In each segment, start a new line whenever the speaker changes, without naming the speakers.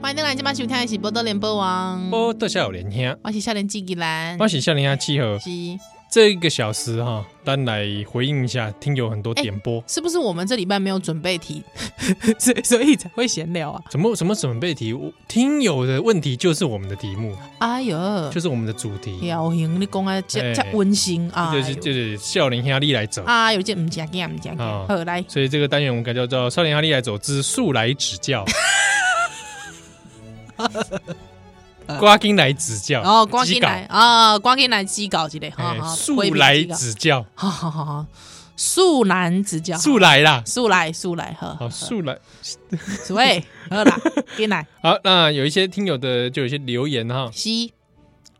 欢迎你来今晚收听的是《波多连播王》，
波哦多少年兄，
哦我是少年纪吉兰，
我是少年兄七号。
是
这个小时哈，咱来回应一下听友很多
哎
点播，
是不是我们这礼拜没有准备题， 所以所以才会闲聊啊？
什么什么准备题，我听友的问题就是我们的题目，
哎呦，
就是我们的主题，
要行，你讲啊，这
哎
这温馨啊，
就是就是少年兄弟来走。
啊，哎有这唔加惊唔加惊，
啊
好来，
所以这个单元我们改叫做“少年兄弟来走之速来指 教”，瓜金来指教，
然后光进
指教
哦来，啊，光进来机搞之类，哈
哎
哈，
速
回避
来
指教
指教，
好好好好，素男指教，
速来啦，
素来素来，呵，
好速来。
素位，好 啦，进来，
好，那有一些听友的就有一些留言哈，
西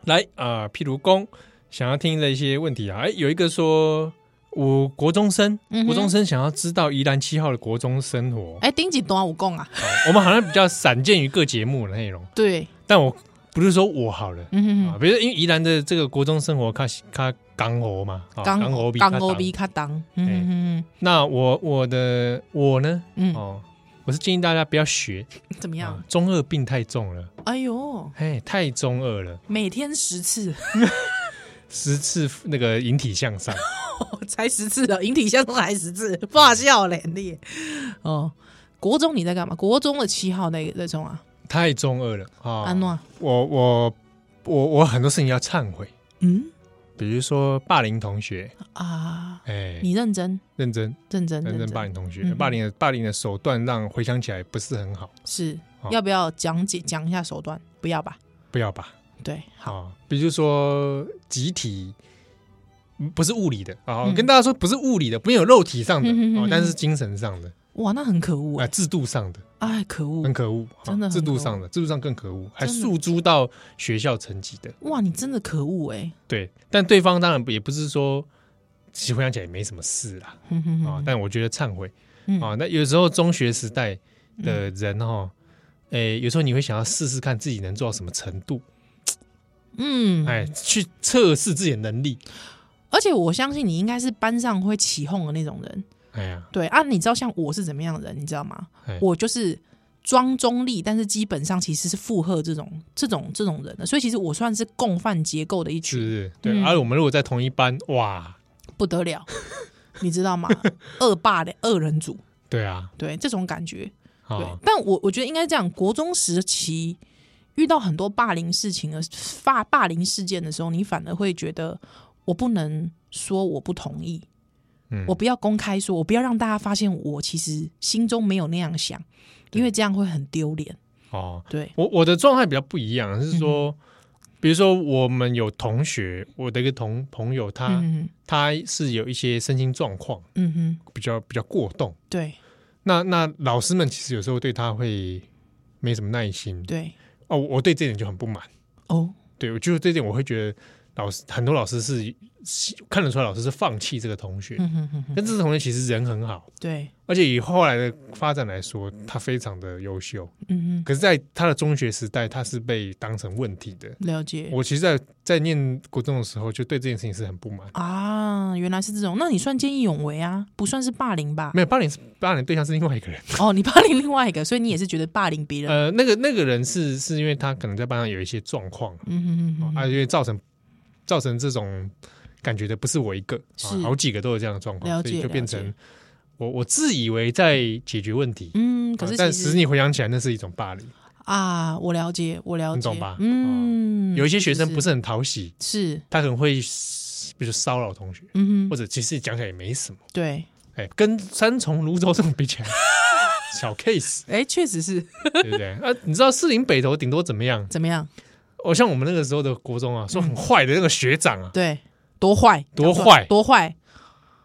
来啊、譬如公想要听的一些问题啊，哎，有一个说，我国中生，
嗯哼
国中生想要知道宜兰七号的国中生活。
哎，顶几段有讲啊，
好我们好像比较散见于各节目的内容，
对，
但我不是说我好了。
嗯哼
啊，比如说因为宜兰的这个国中生活，看看港猴嘛，啊
刚
猴比
刚
较
欧
港
比卡当，嗯嗯
那我我的我呢？
嗯嗯，
哦，我是建议大家不要学，
怎么样
啊？中二病太重了，
哎呦，
哎，太中二了，
每天十次，
十次那个引体向上。
才十次啊了，引体向上还十次，不好笑嘞你。哦，国中你在干嘛？国中的七号那个那种啊，
太中二了啊！
安诺，
我我我我很多事情要忏悔，
嗯
比如说霸凌同学，
啊，
哎，
你认真
认真
认真
认
认
真霸
真
凌同学，
嗯
霸凌的霸凌的手段让回想起来不是很好，
是
好
要不要讲解讲一下手段？不要吧，
不要吧？
对，好，
啊，比如说集体。嗯不是物理的啊，我
嗯
跟大家说，不是物理的，没有肉体上的
嗯哼哼
啊，
哼
但是精神上的
哇，那很可恶
啊，
哎，
制度上的
哎，可恶
很，可恶，啊
真的很
制
可
度
恶
上的制度上更可恶，还
真的
诉诸到学校层级的。
哇，你真的可恶哎，
对，但对方当然也不是说，其实回想起来也没什么事啦
哼哼
啊、
哼
但我觉得忏悔
嗯
啊、那有时候中学时代的人哦，诶、有时候你会想要试试看自己能做到什么程度，
嗯，
哎，去测试自己的能力。
而且我相信你应该是班上会起哄的那种人，
哎呀，
对啊，你知道像我是怎么样的人，你知道吗
哎？
我就是装中立，但是基本上其实是附和这种这种这种人的，所以其实我算是共犯结构的一
是不
群，
是？对，啊
嗯
而、我们如果在同一班，哇，
不得了，你知道吗？恶霸的恶人组，
对啊，
对这种感觉，
啊、
对。但我我觉得应该这样，国中时期遇到很多霸凌事情的霸霸凌事件的时候，你反而会觉得我不能说我不同意，
嗯
我不要公开说，我不要让大家发现我其实心中没有那样想，因为这样会很丢脸。
哦，
对，
我我的状态比较不一样，是
嗯
说，比如说我们有同学，我的一个同朋友他，他、
嗯
是有一些身心状况
哼嗯哼，
比较比较过动。
对
那那老师们其实有时候对他会没什么耐心
对，
哦，我我对这点就很不满。
哦，
对我就是这点，我会觉得老师很多老师是是看得出来，老师是放弃这个同学，
嗯哼哼哼，
但这个同学其实人很好，
对，
而且以后来的发展来说，他非常的优秀。
嗯
可是，在他的中学时代，他是被当成问题的。
哼，了解。
我其实在，在念国中的时候，就对这件事情是很不满。
啊，原来是这种，那你算见义勇为啊，不算是霸凌吧？
没有霸凌是，霸凌对象是另外一个人。
哦，你霸凌另外一个，所以你也是觉得霸凌别人。
呃，那个那个人是是因为他可能在班上有一些状况，
嗯哼哼哼，
啊，因为造成造成这种感觉的不是我一个，啊
是、
好几个都有这样的状
了
况，所以
解
就变
了解
成我我自以为在解决问题，
嗯，可
啊
是
但
其
实
实
际回想起来，那是一种霸凌。
啊，我了解，我了解，
你懂吧
嗯，
有一些学生不
是
是很讨喜，
是，
他可能会比如骚扰同学，
嗯
或
哼，
者其实讲起来也没什么，
对，
哎，跟三重泸州这种比起来， 小 case，
哎，确实是
对不对？啊，你知道士林北头顶多怎么 样？
怎么样？
哦，像我们那个时候的国中啊，
嗯
说很坏的那个学长啊，
对，多坏，
多
讲错了
坏
多坏，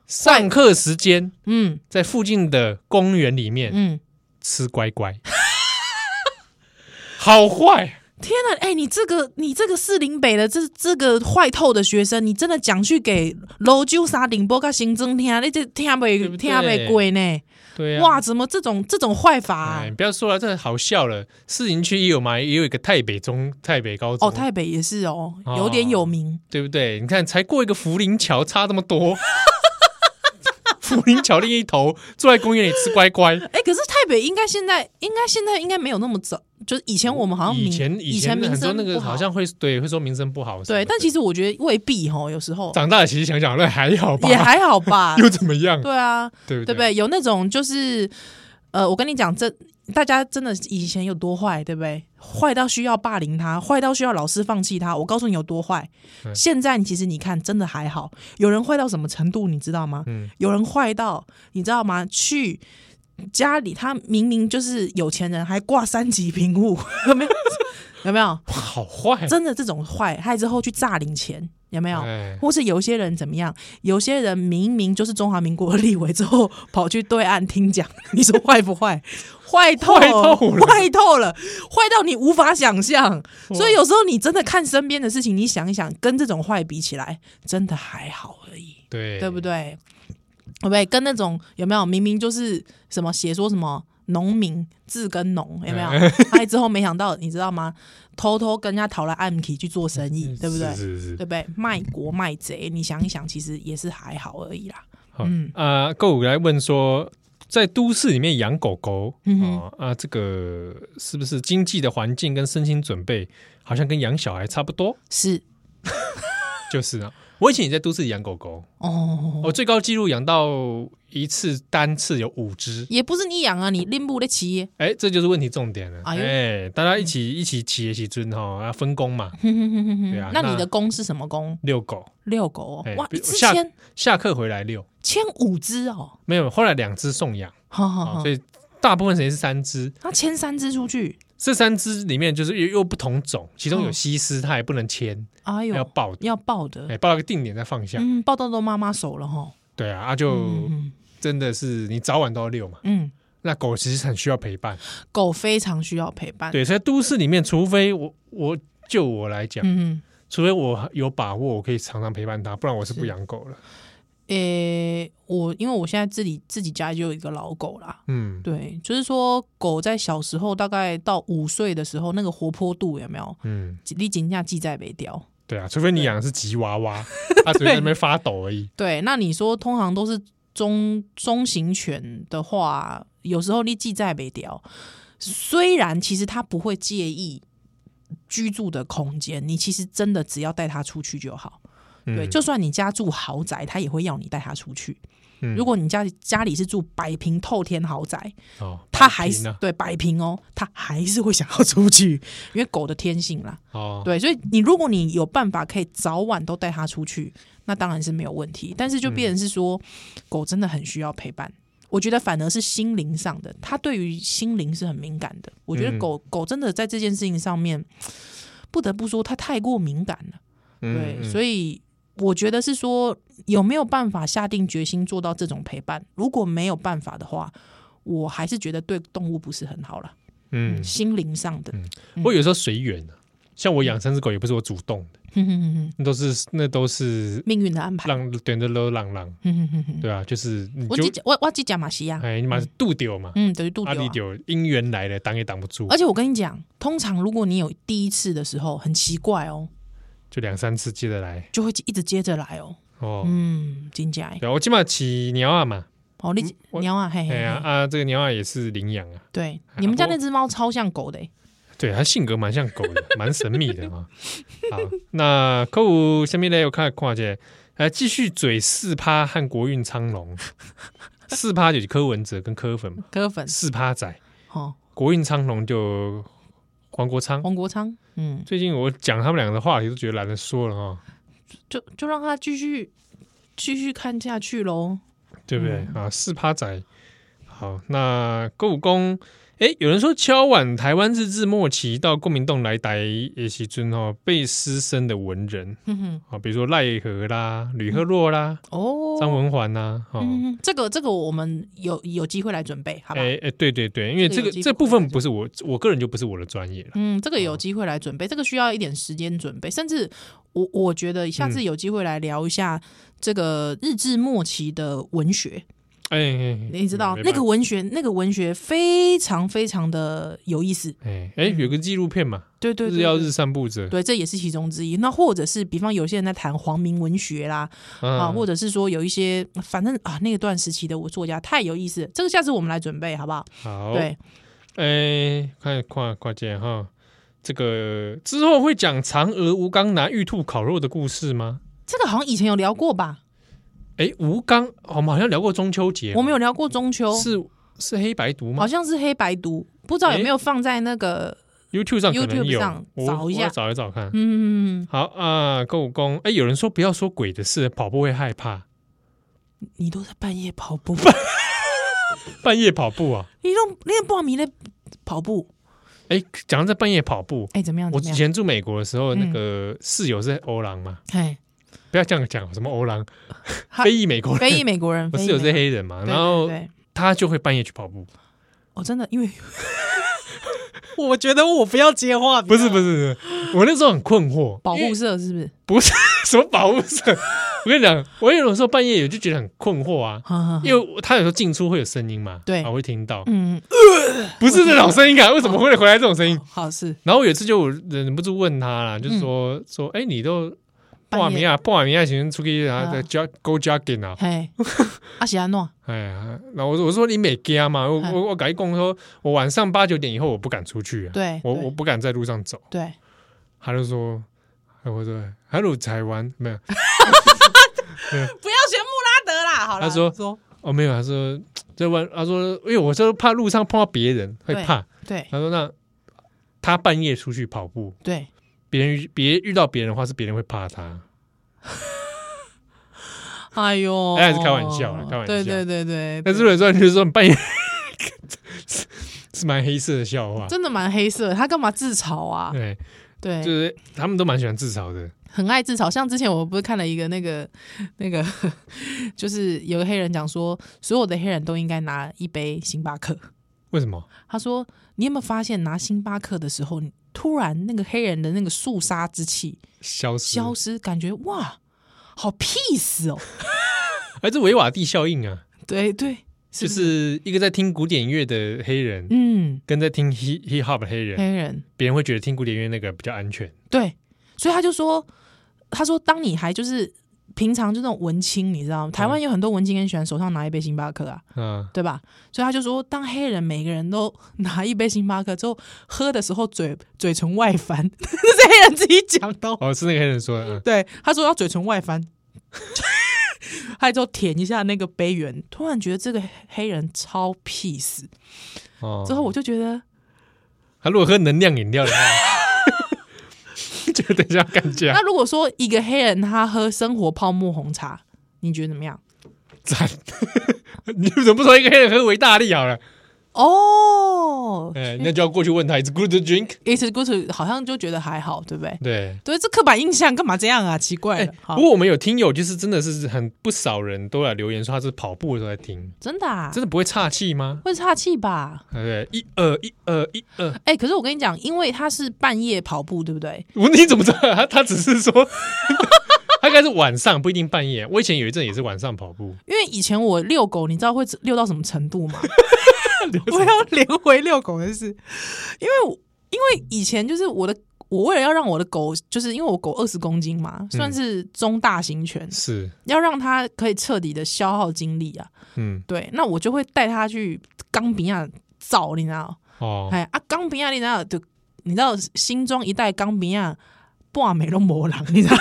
上课时间
嗯
在附近的公园里面。
嗯，
吃乖乖， 好坏，
天哪，哎，你这个你这个士林北的这这个坏透的学生，你真的讲去给楼酒沙顶波跟行政听，你这听不
不对
听不过呢？
对啊，
哇，怎么这种这种坏法啊
哎，？不要说了，这好笑了。市营区也有嘛，也有一个台北中、台北高中，
哦，台北也是哦，
哦
有点有名，
对不对？你看，才过一个福林桥，差这么多， 福林桥另一头，坐在公园里吃乖乖。
哎、可是台北应该现在应该现在应该没有那么早，就是以前我们好像
以
民
前
以
前
民
很多
生
那个
不好
好像会对会说名声不好什么
对，
的，
但其实我觉得未必吼，有时候
长大了其实想想那还好吧，。
也还好吧
又怎么样，
对啊，
对不
对不对？有那种就是，呃，我跟你讲，这大家真的以前有多坏，对不对？坏到需要霸凌他，坏到需要老师放弃他。我告诉你有多坏。
对
现在你其实你看，真的还好。有人坏到什么程度，你知道吗？
嗯
有人坏到你知道吗？去。家里他明明就是有钱人，还挂三级贫户， 有没有？有没有？
好坏，
真的这种坏，害之后去诈领钱，有没有？
哎，
或是有些人怎么样？有些人明明就是中华民国的立委之后，跑去对岸听讲， 你说坏不坏？坏透
坏透了
坏透了，坏到你无法想象。所以有时候你真的看身边的事情，你想一想，跟这种坏比起来，真的还好而已，
对
对不？对？对不对？跟那种有没有明明就是什么写说什么农民自耕农有没有？
哎
害之后没想到，你知道吗？偷偷跟人家讨来暗 k 去做生意，对不对？
是是是，
对不对？卖国卖贼，你想一想，其实也是还好而已啦。
好
嗯
啊，购物来问说。在都市里面养狗狗
嗯
啊
哼
啊，这个是不是经济的环境跟身心准备好像跟养小孩差不多？
是
就是啊，我以前也在都市里养狗狗，
哦，
我最高纪录养到一次单次有五只，
也不是你养啊，你拎不得起。
哎，这就是问题重点了。
哎呦
哎，大家一起一起起一起尊哈，啊，分工嘛，
哼哼哼哼
对啊
哼那你的工是什么工？
遛狗，
遛狗哦
哎，
哇，
比
一次
下
牵
下课回来遛，
牵五只哦，
没有，后来两只送养，
好好
啊
好
所，以大部分时间是三只。
他牵三只出去，
这三只里面就是又又不同种，其中有
嗯
西施，它也不能牵，
哎
要
呦，
抱的，
要抱
哎，
的，
抱到个定点再放下。
嗯，抱到都妈妈手了哈，
对啊，啊就
嗯
真的是你早晚都要遛嘛。
嗯，
那狗其实很需要陪伴，
嗯狗非常需要陪伴，
对，所以都市里面，除非我我就我来讲，
嗯，嗯
除非我有把握，我可以常常陪伴它，不然我是不
是
养狗了。
诶，我因为我现在自己自己家就有一个老狗啦，
嗯，
对，就是说狗在小时候大概到五岁的时候，那个活泼度有没有？
嗯，
你紧价记在北雕。
对啊，除非你养的是吉娃 娃，它只会在那边发抖而已。
对，那你说通常都是中中型犬的话，有时候你记在北雕，虽然其实它不会介意居住的空间，你其实真的只要带它出去就好。对，
嗯
就算你家住豪宅，它也会要你带它出去。
嗯
如果你家家里是住百平透天豪宅，
哦，
它还
平
是、
啊
对摆平哦，它还是会想要出去，因为狗的天性啦。
哦，
对，所以你如果你有办法可以早晚都带它出去，那当然是没有问题。但是就变成是说，狗真的很需要陪伴。我觉得反而是心灵上的，它对于心灵是很敏感的。我觉
嗯
得狗、狗真的在这件事情上面，不得不说它太过敏感了。
嗯
对，所
以
以我觉得是说有没有办法下定决心做到这种陪伴？如果没有办法的话，我还是觉得对动物不是很好了，
嗯，
心灵上的。
我有时候随缘啊像我养三只狗也不是我主动的，
哼哼哼哼
那都是那都是
命运的安排。嗯
浪点的都浪浪，
哼哼哼哼
对啊，就是你
我
就
只讲我我只讲马西亚，
哎，你把渡丢嘛，
啊嗯，等于杜
阿
丢
里
啊。
丢姻缘来了，挡也挡不住，
而且我跟你讲，通常如果你有第一次的时候，很奇怪哦，
就两三次接着来
就会一直接着来哦。
哦。
嗯，真假的？
对啊，我起码起鸟啊嘛，
哦，你
我
鸟啊，嘿
哎
嘿
呀
嘿，
啊，这个鸟啊也是领养啊，
对
啊，
你们家
我
那只猫超像狗的欸，
对，它性格蛮像狗的，蛮神秘的 啊。好，那客户下面呢，我看看见，来继续嘴四趴和国运昌隆，四趴就是柯文哲跟柯粉嘛，
柯粉
四趴仔，
哦，
国运昌隆就黄国昌。
黄国昌，嗯，
最近我讲他们两个的话题都觉得懒得说了啊，
就就让他继续继续看下去喽。
对不对、
嗯
啊？四趴仔，好，那歌舞宫，哎，有人说敲碗台湾日治末期到公民洞来台也其尊哦，被师生的文人
哼哼，
啊，比如说赖和啦、吕赫洛啦、
哦，
张文环啦，哦，
嗯哼，这个这个我们有有机会来准备，好吧？
哎哎，对对对，因为这
这个
个
有机会
这部分不是我我个人就不是我的专业了，
嗯，这个有机会来准备，这个需要一点时间准备，甚至我
嗯
我觉得下次有机会来聊一下这个日治末期的文学，
哎、哎
嗯你知道
没办法
那个文学，那个文学非常非常的有意思。
哎哎，有个纪录片嘛，
对对
日
对，
曜
对
日散步者
对，这也是其中之一。那或者是，比方有些人在谈皇民文学啦，啊，
嗯
或者是说有一些，反正啊，那段时期的我作家太有意思了，这个下次我们来准备好不好？
好，
对，
哎，看跨跨界哈，这个之后会讲嫦娥吴刚拿玉兔烤肉的故事吗？
这个好像以前有聊过吧？
哎，吴刚，哦我们好像聊过中秋节嘛，
我们有聊过中秋，
是是黑白读吗
好像是黑白读，不知道有没有放在那个
？YouTube 上可能
YouTube
有
上，
我
找一下
我找一找看。
嗯，
好啊，够公，哎，有人说不要说鬼的事，跑步会害怕，
你都在半夜跑 步，
半夜跑步啊，
你都你也不迷在跑步，
哎，讲到在半夜跑步，
哎，怎么样？
我
怎么
以
样？
前住美国的时候，
嗯
那个室友是欧郎嘛，
哎，
不要这样讲，什么欧郎，
哈
非裔美国人，
非裔美国人，
我
非裔
室友
美
是
国人
黑人嘛，
对
然后
对对
他就会半夜去跑步，
哦，真的，因为 我觉得我不要接话，啊
不是不是，不是，我那时候很困惑，
保
因
护
为
色是不是？
不是什么 保护色，我跟你讲，我有的时候半夜我就觉得很困惑啊，
哈哈哈
因为我他有时候进出会有声音嘛，
嗯对
啊我会听到，
嗯，
不是这种声音啊 感，为什么会回来这种声音？
好是
然后我有一次就我忍不住问他啦，就是说说，哎，你都半
嗯半
夜
夜，
啊，半夜啊，前出去啊，
啊
在 jog go jogging 啊，
嘿，阿喜安诺，
哎呀，然后我说我说你没家嘛，我
哎
我我改供说，我晚上八九点以后我不敢出去啊，
对，
我
对
我不敢在路上走。
对，
他就说，我说 Hello 台湾没有，
不要学穆拉德啦，好
啦他说
说
哦没有，他说在外，他说因为我就怕路上碰到别人会
对
怕，
对
他说那他半夜出去跑步，
对，
别人遇别遇到别人的话是别人会怕他，
哎呦，
哎是开玩笑啦开玩笑
哦对对对对，
但是
对
有时候你就说你半夜 是是蛮黑色的笑话，
真的蛮黑色的，他干嘛自嘲啊？
对，
对，
就是他们都蛮喜欢自嘲的，
很爱自嘲。像之前我不是看了一个那个 那个，就是有个黑人讲说，所有的黑人都应该拿一杯星巴克。
为什么？
他说：“你有没有发现拿星巴克的时候，你突然那个黑人的那个肃杀之气
消失，
消失，感觉哇，好 peace 哦。
哎，这维瓦蒂效应啊，
对”对对，不
就是是一个在听古典乐的黑人，
嗯，
跟在听 hip hip hop 的黑人，
黑人
别人会觉得听古典乐那个比较安全。
对，所以他就说，他说当你还就是平常就那种文青，你知道吗？台湾有很多文青很喜欢手上拿一杯星巴克啊，
嗯，
对吧？所以他就说，当黑人每个人都 拿一杯星巴克之后，喝的时候嘴嘴唇外翻， 这是黑人自己讲的哦。
哦，是那个黑人说的，嗯，
对，他说要嘴唇外翻， 他就舔一下那个杯缘，突然觉得这个黑人超 peace。
哦，
之后我就觉得，
他如果喝能量饮料的话， 就等一下干架
那，如果说一个黑人他喝生活泡沫红茶，你觉得怎么样？
赞。 你怎么不说一个黑人喝维大利好了？
哦、
哎，那就要过去问他，It's good to drink。
i t s good，to- 好像就觉得还好，对不对？
对，
对，这刻板印象干嘛这样啊？奇怪
哎
了，，好
不过我们有听友就是真的是很不少人都来留言说他是跑步的时候在听，
真的、啊
真、的不会岔气吗？
会岔气吧？
对，一二一二一二，
哎、可是我跟你讲，因为他是半夜跑步，对不对？
我你怎么知道？ 他他只是说，他应该是晚上，不一定半夜。我以前有一阵也是晚上跑步，
因为以前我遛狗，你知道会遛到什么程度吗？我要连回遛狗的事，因为我因为以前就是我的，我为了要让我的狗，就是因为我狗二十公斤嘛，算是中大型犬，
是，
要让它可以彻底的消耗精力啊。
嗯，
对，那我就会带它去冈比亚找，你知道？
哦，
哎、啊，冈比亚你知道就你知道新庄一带冈比亚半美都没人，你知道？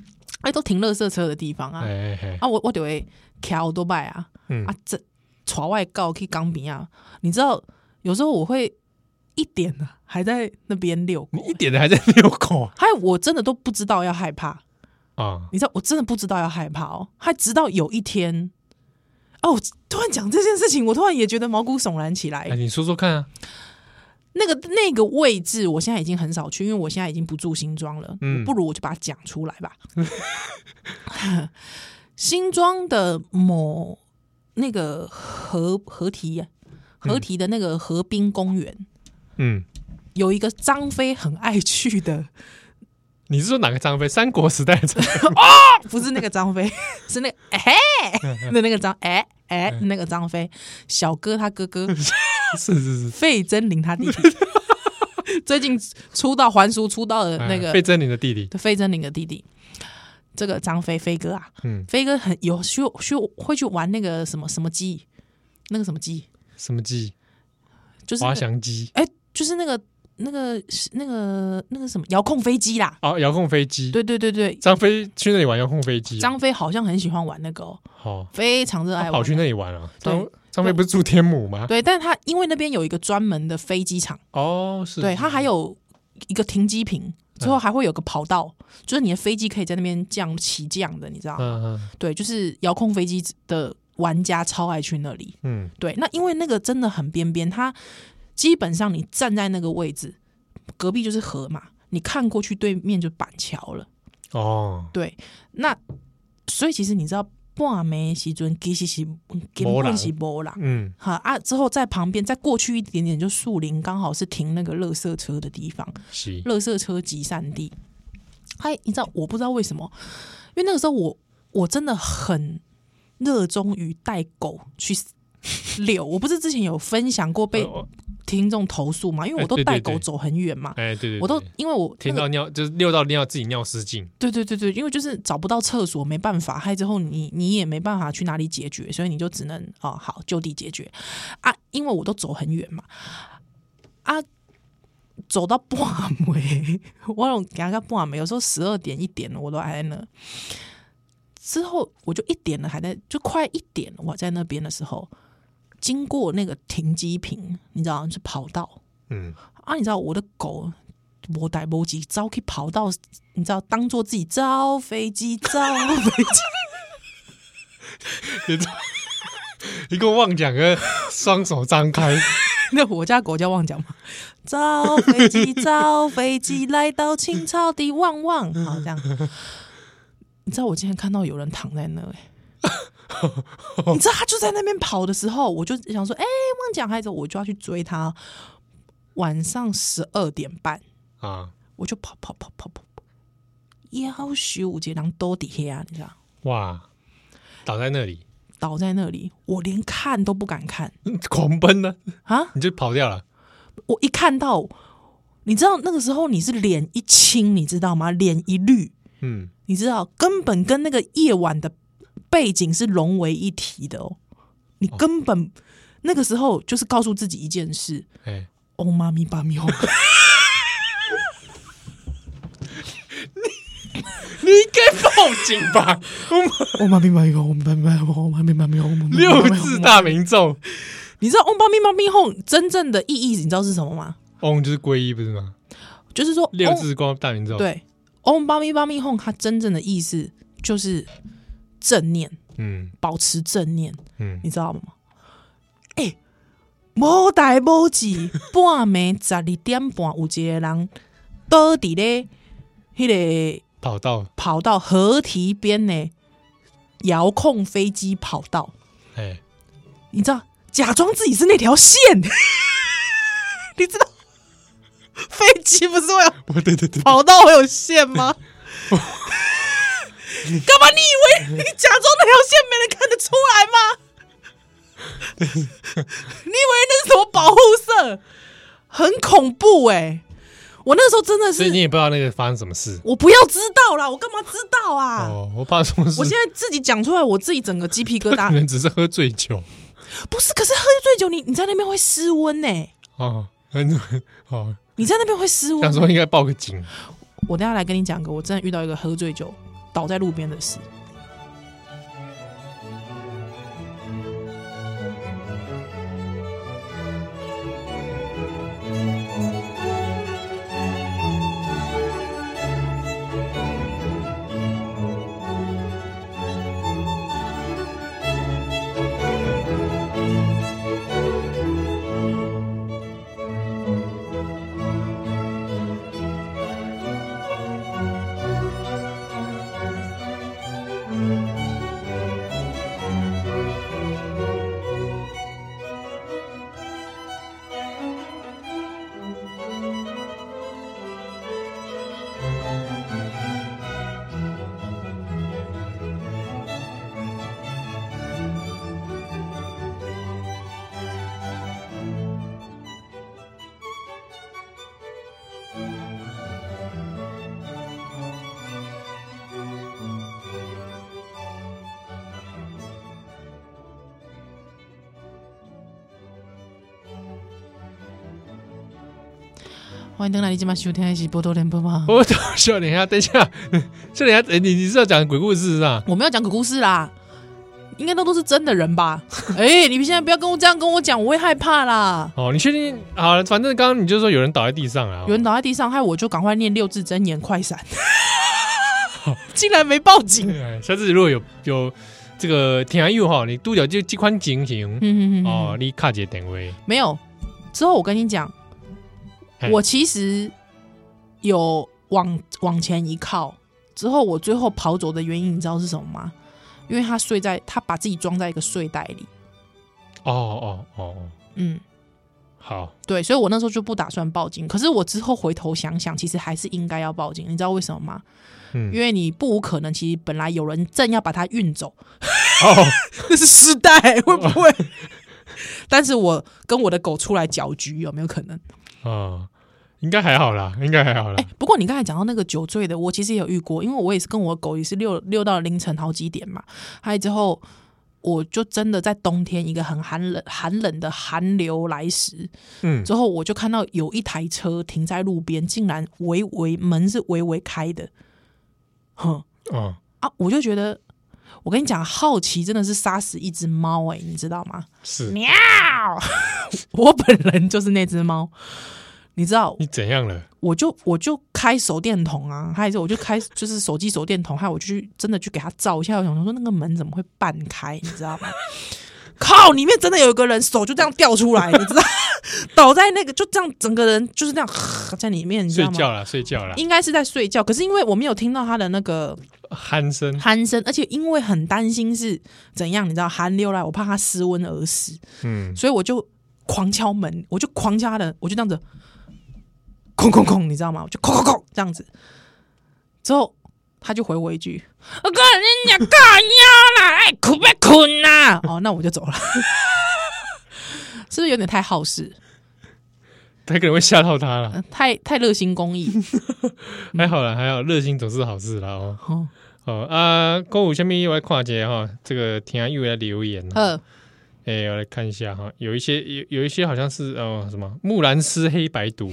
哎，都停垃圾车的地方啊。
哎哎哎，
啊，我我就会桥多拜啊，
嗯
啊，这朝外告去港边啊，你知道有时候我会一点啊，还在那边遛狗
你，一点的还在遛狗
还有我真的都不知道要害怕，
啊？
你知道我真的不知道要害怕哦，还直到有一天，哦，我突然讲这件事情，我突然也觉得毛骨悚然起
哎，
来。
你说说看啊，
那个那个位置，我现在已经很少去，因为我现在已经不住新庄了。
嗯
嗯，不如我就把它讲出来吧。新庄的某那个河河堤，啊河堤的那个河滨公园、
嗯，
有一个张飞很爱去的
你是说哪个张飞？三国时代的张 飞？
不是那个张飞， 是那个哎、的那个张哎哎、那个张飞，小哥他哥哥
是是是，
费真绫他弟 弟，最近出道还俗出道的呃那
哎
个
费正宁的弟弟。
费真绫的弟弟，这个张飞飞哥啊，
嗯，
飞哥很有去去会去玩那个什么什么鸡，那个什么鸡，
什么鸡？
就是那
滑
个
翔机
哎、就是那个那个那个那个什么遥控飞机啦，
哦，遥控飞机。
对对对对，
张飞去那里玩遥控飞机。啊
张飞好像很喜欢玩那个、哦，
好，
非常热爱
他
玩
跑。去那里玩啊。
对
张张飞不是住天母吗？
对，但他因为那边有一个专门的飞机场，
哦，是。
对，
是嗯
它还有一个停机坪，之后还会有个跑道，就是你的飞机可以在那边降起降的，你知道吗？
嗯嗯
对，就是遥控飞机的玩家超爱去那里。
嗯，
对，那因为那个真的很边边，它基本上你站在那个位置，隔壁就是河嘛，你看过去对面就板桥了。
哦，
对，那所以其实你知道，半暝的时阵其实是根本是无人。
嗯
好啊，之后在旁边再过去一点点，就树林刚好是停那个垃圾车的地方，
是。
垃圾车集散地。嗨，你知道我不知道为什么，因为那个时候我我真的很热衷于带狗去 遛。我不是之前有分享过被
哦
听众投诉嘛，因为我
哎
都
对对
带
对
狗走很远嘛，
哎，对对，
我都
对
因为我那
听
个
到尿就是溜到尿自己尿失禁。
对对对对，因为就是找不到厕所，没办法，害之后你你也没办法去哪里解决，所以你就只能哦好就地解决啊，因为我都走很远嘛啊，走到半暝，我那种给他半暝，有时候十二点一点了我都还在那，之后我就一点了还在，就快一点了我在那边的时候，经过那个停机坪，你知道是跑道，
嗯，
啊，你知道我的狗无带无急，招去跑到，你知道当做自己招飞机，招飞机，
你给我妄讲个双手张开，
那我家狗叫旺讲嘛，招飞机，招飞机，来到青草地旺旺，好这样。你知道我今天看到有人躺在那、欸， 你知道他就在那边跑的时候，我就想说，哎、旺讲孩子，我就要去追他。哦晚上十二点半，
啊，
我就跑跑跑跑跑跑，要求五杰人都底下，你知道。
哇，倒在那里，
倒在那里，我连看都不敢看
狂奔呢，
啊！
你就跑掉了。
我一看到，你知道那个时候你是脸一青，你知道吗？脸一绿，
嗯，
你知道，根本跟那个夜晚的背景是融为一体的哦。你根本、那个时候就是告诉自己一件事：
哎，
哦妈咪巴咪哦，
你应该报警吧？
哦妈咪巴咪哦，哦妈咪巴咪哦，哦妈咪巴咪哦，哦妈咪巴咪哦
六字，大民众，
你知道哦妈咪巴咪后真正的意义你知道是什么吗？
翁哦就是皈依不是吗？
就是说
六
哦
字光大民众，，
对，Om 哦 Bami Bami Home，它真正的意思就是正念，
嗯
保持正念，
嗯，
你知道吗？哎、无代无志，半暝十二点半有一个人倒伫咧迄个
跑到，
跑道河堤边的遥控飞机跑道，
哎，
你知道，假装自己是那条线， 你知道。飞机不是会有
我对对对，
跑道会有线 吗？干嘛？你以为你假装那条线没人看得出来吗？你以为那是什么保护色？很恐怖哎、我那时候真的
所以你
是，
也不知道那个发生什么事。
我不要知道啦，我干嘛知道啊？
哦，我怕什么事
我？现在自己讲出来，我自己整个鸡皮疙
可
瘩。
能只是喝醉酒
不是，可是喝醉酒，你你在那边会失温呢、
哦，很 哦，
你在那边会失温
想。说应该报个警。
我等一下来跟你讲个，我真的遇到一个喝醉酒倒在路边的事。欢迎登来，你今晚收听的是《波多连播》吗？
我等笑脸下，等一下， 笑脸下，哎你你是要讲鬼故事是啊吧？
我们要讲个故事啦，应该都都是真的人吧？ 哎、你现在不要跟我这样跟我讲，我会害怕啦。
哦，你确定？好了，反正刚刚你就说有人倒在地上啊
有，人倒在地上，害我就赶快念六字真言，快 闪！竟然没报警。
哎下次如果有有这个听友哈，你拄着这这款情形
嗯嗯嗯，
哦，
哦，
你卡一个电话。
没有。之后我跟你讲
嘿，
我其实有往往前一靠，之后我最后跑走的原因，你知道是什么吗？因为他睡在，他把自己装在一个睡袋里。
哦哦哦哦，
嗯，
好，
对，所以我那时候就不打算报警。可是我之后回头想想，其实还是应该要报警。你知道为什么吗？
嗯
因为你不无可能，其实本来有人正要把他运走，
哦，
那是尸袋，会不会？ 但是我跟我的狗出来搅局，有没有可能？
哦，应该还好啦，应该还好啦
哎、。不过你刚才讲到那个酒醉的，我其实也有遇过，因为我也是跟我的狗也是遛遛到凌晨好几点嘛，还有之后我就真的在冬天一个很寒冷寒冷的寒流来时，
嗯，
之后我就看到有一台车停在路边，竟然微微门是微微开的，哼
哦，
啊，我就觉得。我跟你讲，好奇真的是杀死一只猫哎、你知道吗？
是
喵！
啊
我本人就是那只猫，你知道，
你怎样了？
我就我就开手电筒啊，还有我就开就是手机手电筒，还有我就去真的去给它照一下，我想说那个门怎么会半开，你知道吗？ 靠，里面真的有一个人手就这样掉出来，你知道， 倒在那个就这样，整个人就是这样在里面，你知
睡
道吗？
觉啦，睡觉啦，
应该是在睡觉，可是因为我没有听到他的那个
鼾声。
鼾声，而且因为很担心是怎样，你知道寒流来，我怕它失温而死，
嗯，
所以我就狂敲门，我就狂敲他的，我就这样子，空空空，你知道吗？我就空空空这样子，之后他就回我一句：“我跟你讲，够腰啦，哎，困别困啦。”哦，那我就走了， 是不是有点太好事，
他可能会吓到他了。
呃太太热心公益？
还好啦，还好，热心总是好事啦哦。
哦，
哦啊，歌舞下面又来跨界哈，这个听又来留言了。
呃，
哎、我来看一下哈，有一些有有一些好像是哦什么木兰诗黑白读，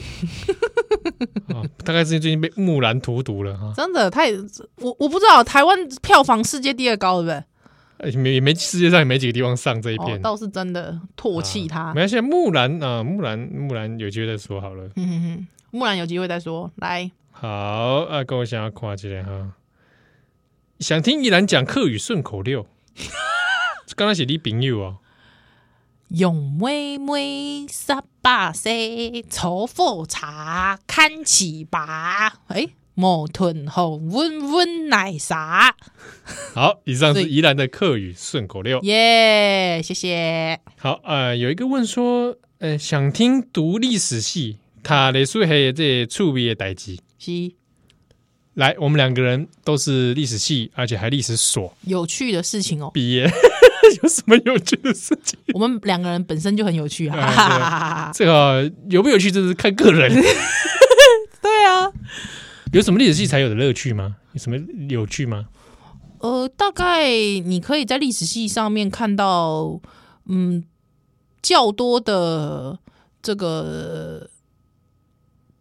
哦，大概是最近被木兰荼毒了哈，
真的太我我不知道，台湾票房世界第二高，对
哎没也没世界上也没几个地方上这一
不对？哦
篇，，
倒是真的唾弃他。
没关系，木兰啊、木兰木兰有机会再说好了。
嗯哼哼， 木兰有机会再说，来，
好啊，跟我想要跨界哈，想听依兰讲客语顺口溜， 刚才写你朋友哦，
用妹妹十八岁，炒火茶，看起吧。哎，矛盾后温温奶茶，
好，以上是
对
宜兰的客语顺口溜。
耶、谢谢。
好，呃，有一个问说，呃，想听读历史系，他雷苏黑这个趣味的代志。
是
来，我们两个人都是历史系，而且还历史所，
有趣的事情哦
毕业，有什么有趣的事情？
我们两个人本身就很有趣
哎
啊。
这个有不有趣，就是看个人。
对啊，
有什么历史系才有的乐趣吗？有什么有趣吗？
呃，大概你可以在历史系上面看到，嗯，较多的这个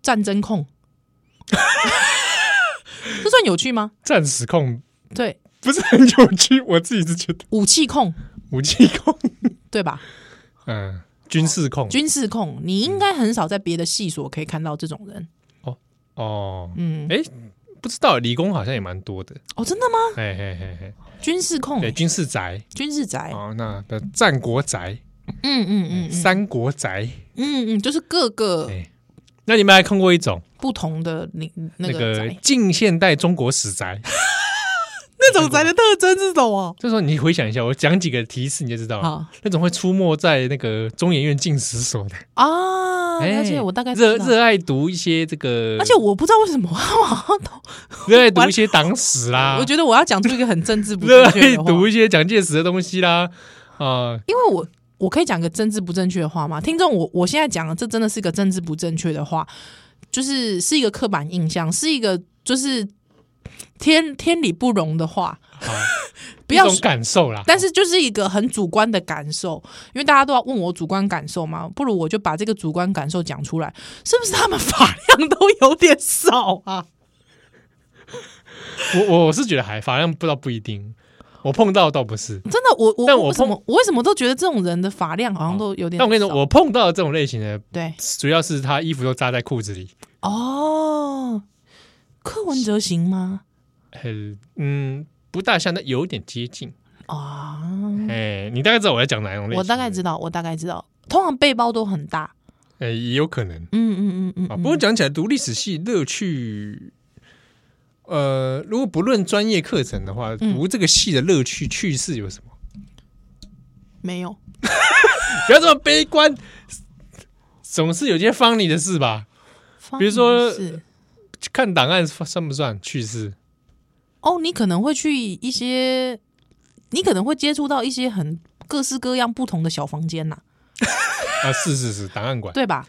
战争控，这算有趣吗？
战史控
对，
不是很有趣，我自己是觉得
武器控，
武器控，
对吧？
嗯，军事控
军事控，你应该很少在别的系所可以看到这种人。
哦，
嗯，
哎、不知道，理工好像也蛮多的，
哦，真的吗？
嘿嘿嘿嘿，
军事控
对，，军事宅。
军事宅，
哦，那的战国宅、
嗯嗯哎嗯嗯
三国宅，
嗯嗯，就是各个
哎那你们还看过一种
不同的领那
那
个
个
宅，
近现代中国史 宅？
那种宅的特征是什么？
这时候你回想一下，我讲几个提示你就知道了。
好。
那种会出没在那个中研院进史所的，
啊，
哎
而且我大概
热
知道，
热爱读一些这个，
而且我不知道为什么， 我好像都
热爱读一些党史啦
我，觉得我要讲出一个很政 治不
啊热
正确
爱
的话，
读一些蒋介石的东西啦，啊，
因为我我可以讲个政治不正确的话吗？听众，我我现在讲的这真的是个政治不正确的话，就是是一个刻板印象，是一个就是天天理不容的话，
好，
不要
啊一种感受啦。
但是就是一个很主观的感受，因为大家都要问我主观感受嘛，不如我就把这个主观感受讲出来，是不是他们发量都有点少啊？
我我是觉得还法量不知道不一定，我碰到倒不是。
真的，我我
但我
为什
碰哦
么我为什么都觉得这种人的发量好像都有点
但我跟你说，
少
我碰到的这种类型的，
对
主要是他衣服都扎在裤子里。
哦，柯文哲行吗？
很嗯，不大像，但有点接近。
啊，
哎、你大概知道嗯我在讲哪一种类型？
我大概知道，我大概知道，通常背包都很大。
哎、也有可能
嗯嗯嗯
啊。
嗯，
不过讲起来，读历史系乐趣，呃，如果不论专业课程的话，
嗯
读这个系的乐趣趣事有什么？
没有，
不要这么悲观，总是有些方你的事吧？比如说
方式
看档案算不算趣事？
哦，你可能会去一些，你可能会接触到一些很各式各样不同的小房间呐、
啊，是是是，档案馆。
对吧？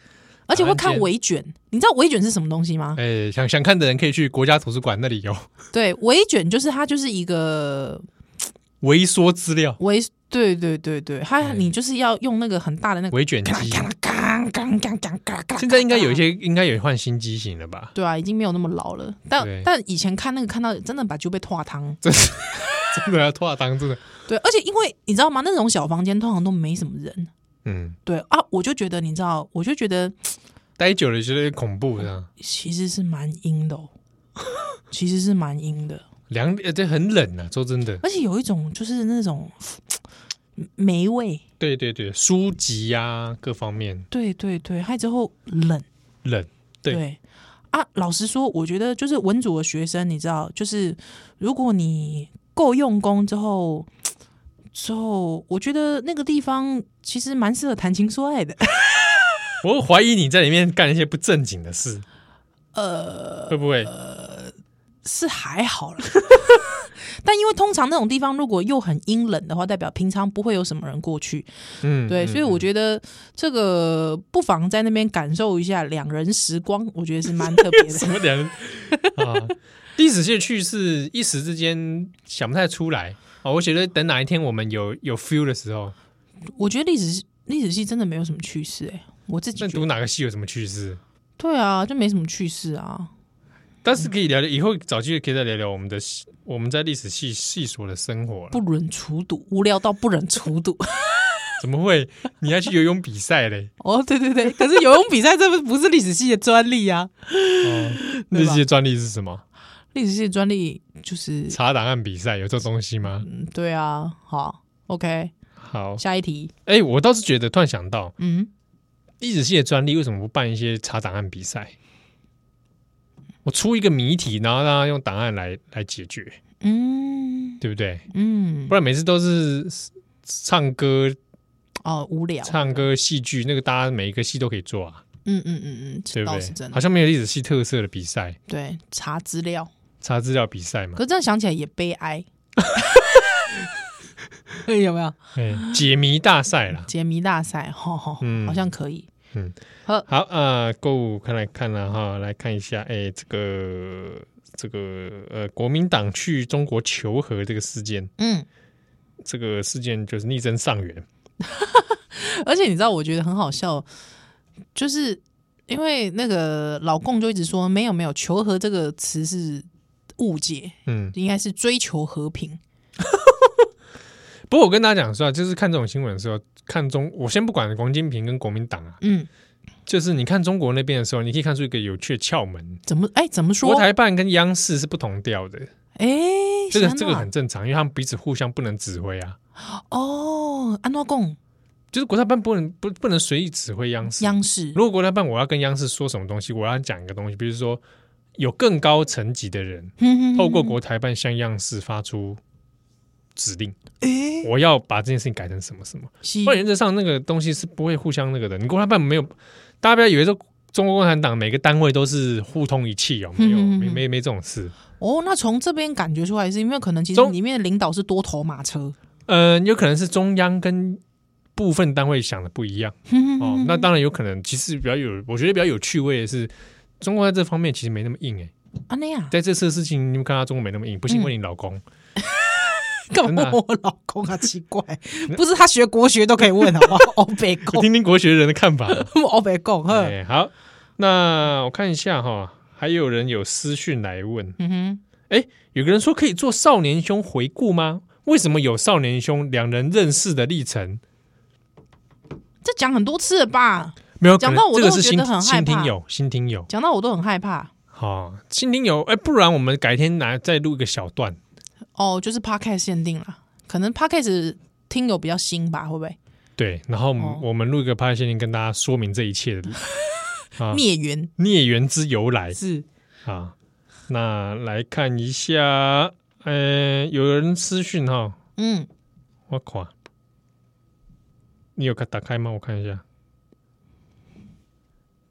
而且会看围卷，你知道围卷是什么东西吗？
哎、想想看的人可以去国家图书馆那里有
对，围卷就是它就是一个
微缩资料、
围，对对对对，它
哎
你就是要用那个很大的那个，
微 卷机。
嘎嘎嘎嘎嘎嘎
现在应该有一些，应该有换新机型了吧？
对啊，已经没有那么老了，但
对
但以前看那个看到真的把就被拖汤，
真是真的要拖到当真的，
对，而且因为你知道吗？那种小房间通常都没什么人。
嗯，
对啊，我就觉得你知道，我就觉得
待久了觉得有点恐怖这样，
其实是蛮阴的、哦，其实是蛮阴的，
凉呃这很冷啊，说真的，
而且有一种就是那种霉味，
对对对，书籍呀各方面
对对对，还之后冷，
冷，对
啊，老实说，我觉得就是文组的学生，你知道，就是如果你够用功之后。之后，我觉得那个地方其实蛮适合谈情说爱的。
我怀疑你在里面干一些不正经的事，呃，会不会？
是还好啦， 但因为通常那种地方如果又很阴冷的话，代表平常不会有什么人过去，
嗯，
对，
嗯
所以我觉得这个不妨在那边感受一下两人时光，我觉得是蛮特别
什
的。
么凉啊，历史系的趣事一时之间想不太出来啊，我觉得等哪一天我们有有 feel 的时候，
我觉得历史历史系真的没有什么趣事哎、我自己
那
觉得
读哪个系有什么趣事？
对啊，就没什么趣事啊。
但是可以聊聊，以后找机会可以再聊聊我们的系我们在历史系系所的生活了。
不忍除睹，无聊到不忍除睹。
怎么会？你要去游泳比赛嘞？
哦，对对对，可是游泳比赛这不不是历史系的专利啊，
那
对吧
些专利是什么？
历史系的专利就是
查档案比赛有这东西吗？
嗯对啊，好，OK，
好，
下一题，
哎、我倒是觉得突然想到，
嗯。
历史系的专利为什么不办一些查档案比赛？我出一个谜题，然后让他用档案来来解决，
嗯
对不对？
嗯
不，然每次都是唱歌、
哦，无聊，
唱歌、戏剧，那个大家每一个系都可以做啊，
嗯嗯嗯嗯，这
对不
倒是
对？
真
好
的，
像没有历史系特色的比赛，
对，查资料，
查资料比赛嘛
可，是这样想起来也悲 哀， 哎有没有
哎、解谜大赛啦。
解谜大赛？哈哈，
嗯
好像可以，
好啊，购、物看来看了哈，来看一下，哎、这个这个呃，国民党去中国求和这个事件，
嗯，
这个事件就是逆增上元，
而且你知道，我觉得很好笑，就是因为那个老共就一直说没有没有，求和这个词是误解，
嗯，
应该是追求和平，
不过我跟大家讲说啊，就是看这种新闻的时候，看中我先不管王金平跟国民党啊，
嗯，
就是你看中国那边的时候，你可以看出一个有趣的窍门，
怎么哎怎么说
国？台办跟央视是不同调的，
哎，
这个
是安
这个
娜
很正常，因为他们彼此互相不能指挥啊，
哦，安诺贡
就是国台办不能不不能随意指挥央视，
央视
如果国台办我要跟央视说什么东西，我要讲一个东西，比如说有更高层级的人
嗯
透过国台办向央视发出指令，
哎，
我要把这件事情改成什么什么。
是
不然原则上那个东西是不会互相那个的。你国台办没有，大家不要以为说中国共产党每个单位都是互通一气哦，没有
嗯嗯嗯
没没没这种事。
哦，那从这边感觉出来，是因为可能其实
中
里面的领导是多头马车
嗯、有可能是中央跟。部分单位想的不一样
嗯
哦，那当然有可能。其实比较有，我觉得比较有趣味的是，中国在这方面其实没那么硬哎、
啊那样，
在这次的事情，你们看他中文没那么硬，不
嗯
信问你 老公。
干
真的
嘛
啊
问我老公啊？奇怪，不是他学国学都可以问好不 好？欧北
我
共，
听听国学人的 看法。
欧北共，呵，
哎，好，那我看一下哈，还有人有私讯来问，
嗯哼，
哎，有个人说可以做少年兄回顾吗？为什么有少年兄两人认识的历程？
这讲很多次了吧？
没有，
讲
可能
到我
这个
都
是
觉
新
得很害
新听
怕
友，新听友，
讲到我都很害怕
好、新听友，哎，不然我们改天拿再录一个小段，
哦，就是 podcast 限定了，可能 podcast 听友比较新吧，会不会
对，然后我们
哦
我们录一个拍限定，跟大家说明这一 切的啊
孽缘
孽缘之由来
是
啊。那来看一下，呃，有人私讯哈、
嗯，
我看，你有看打开吗？我看一下。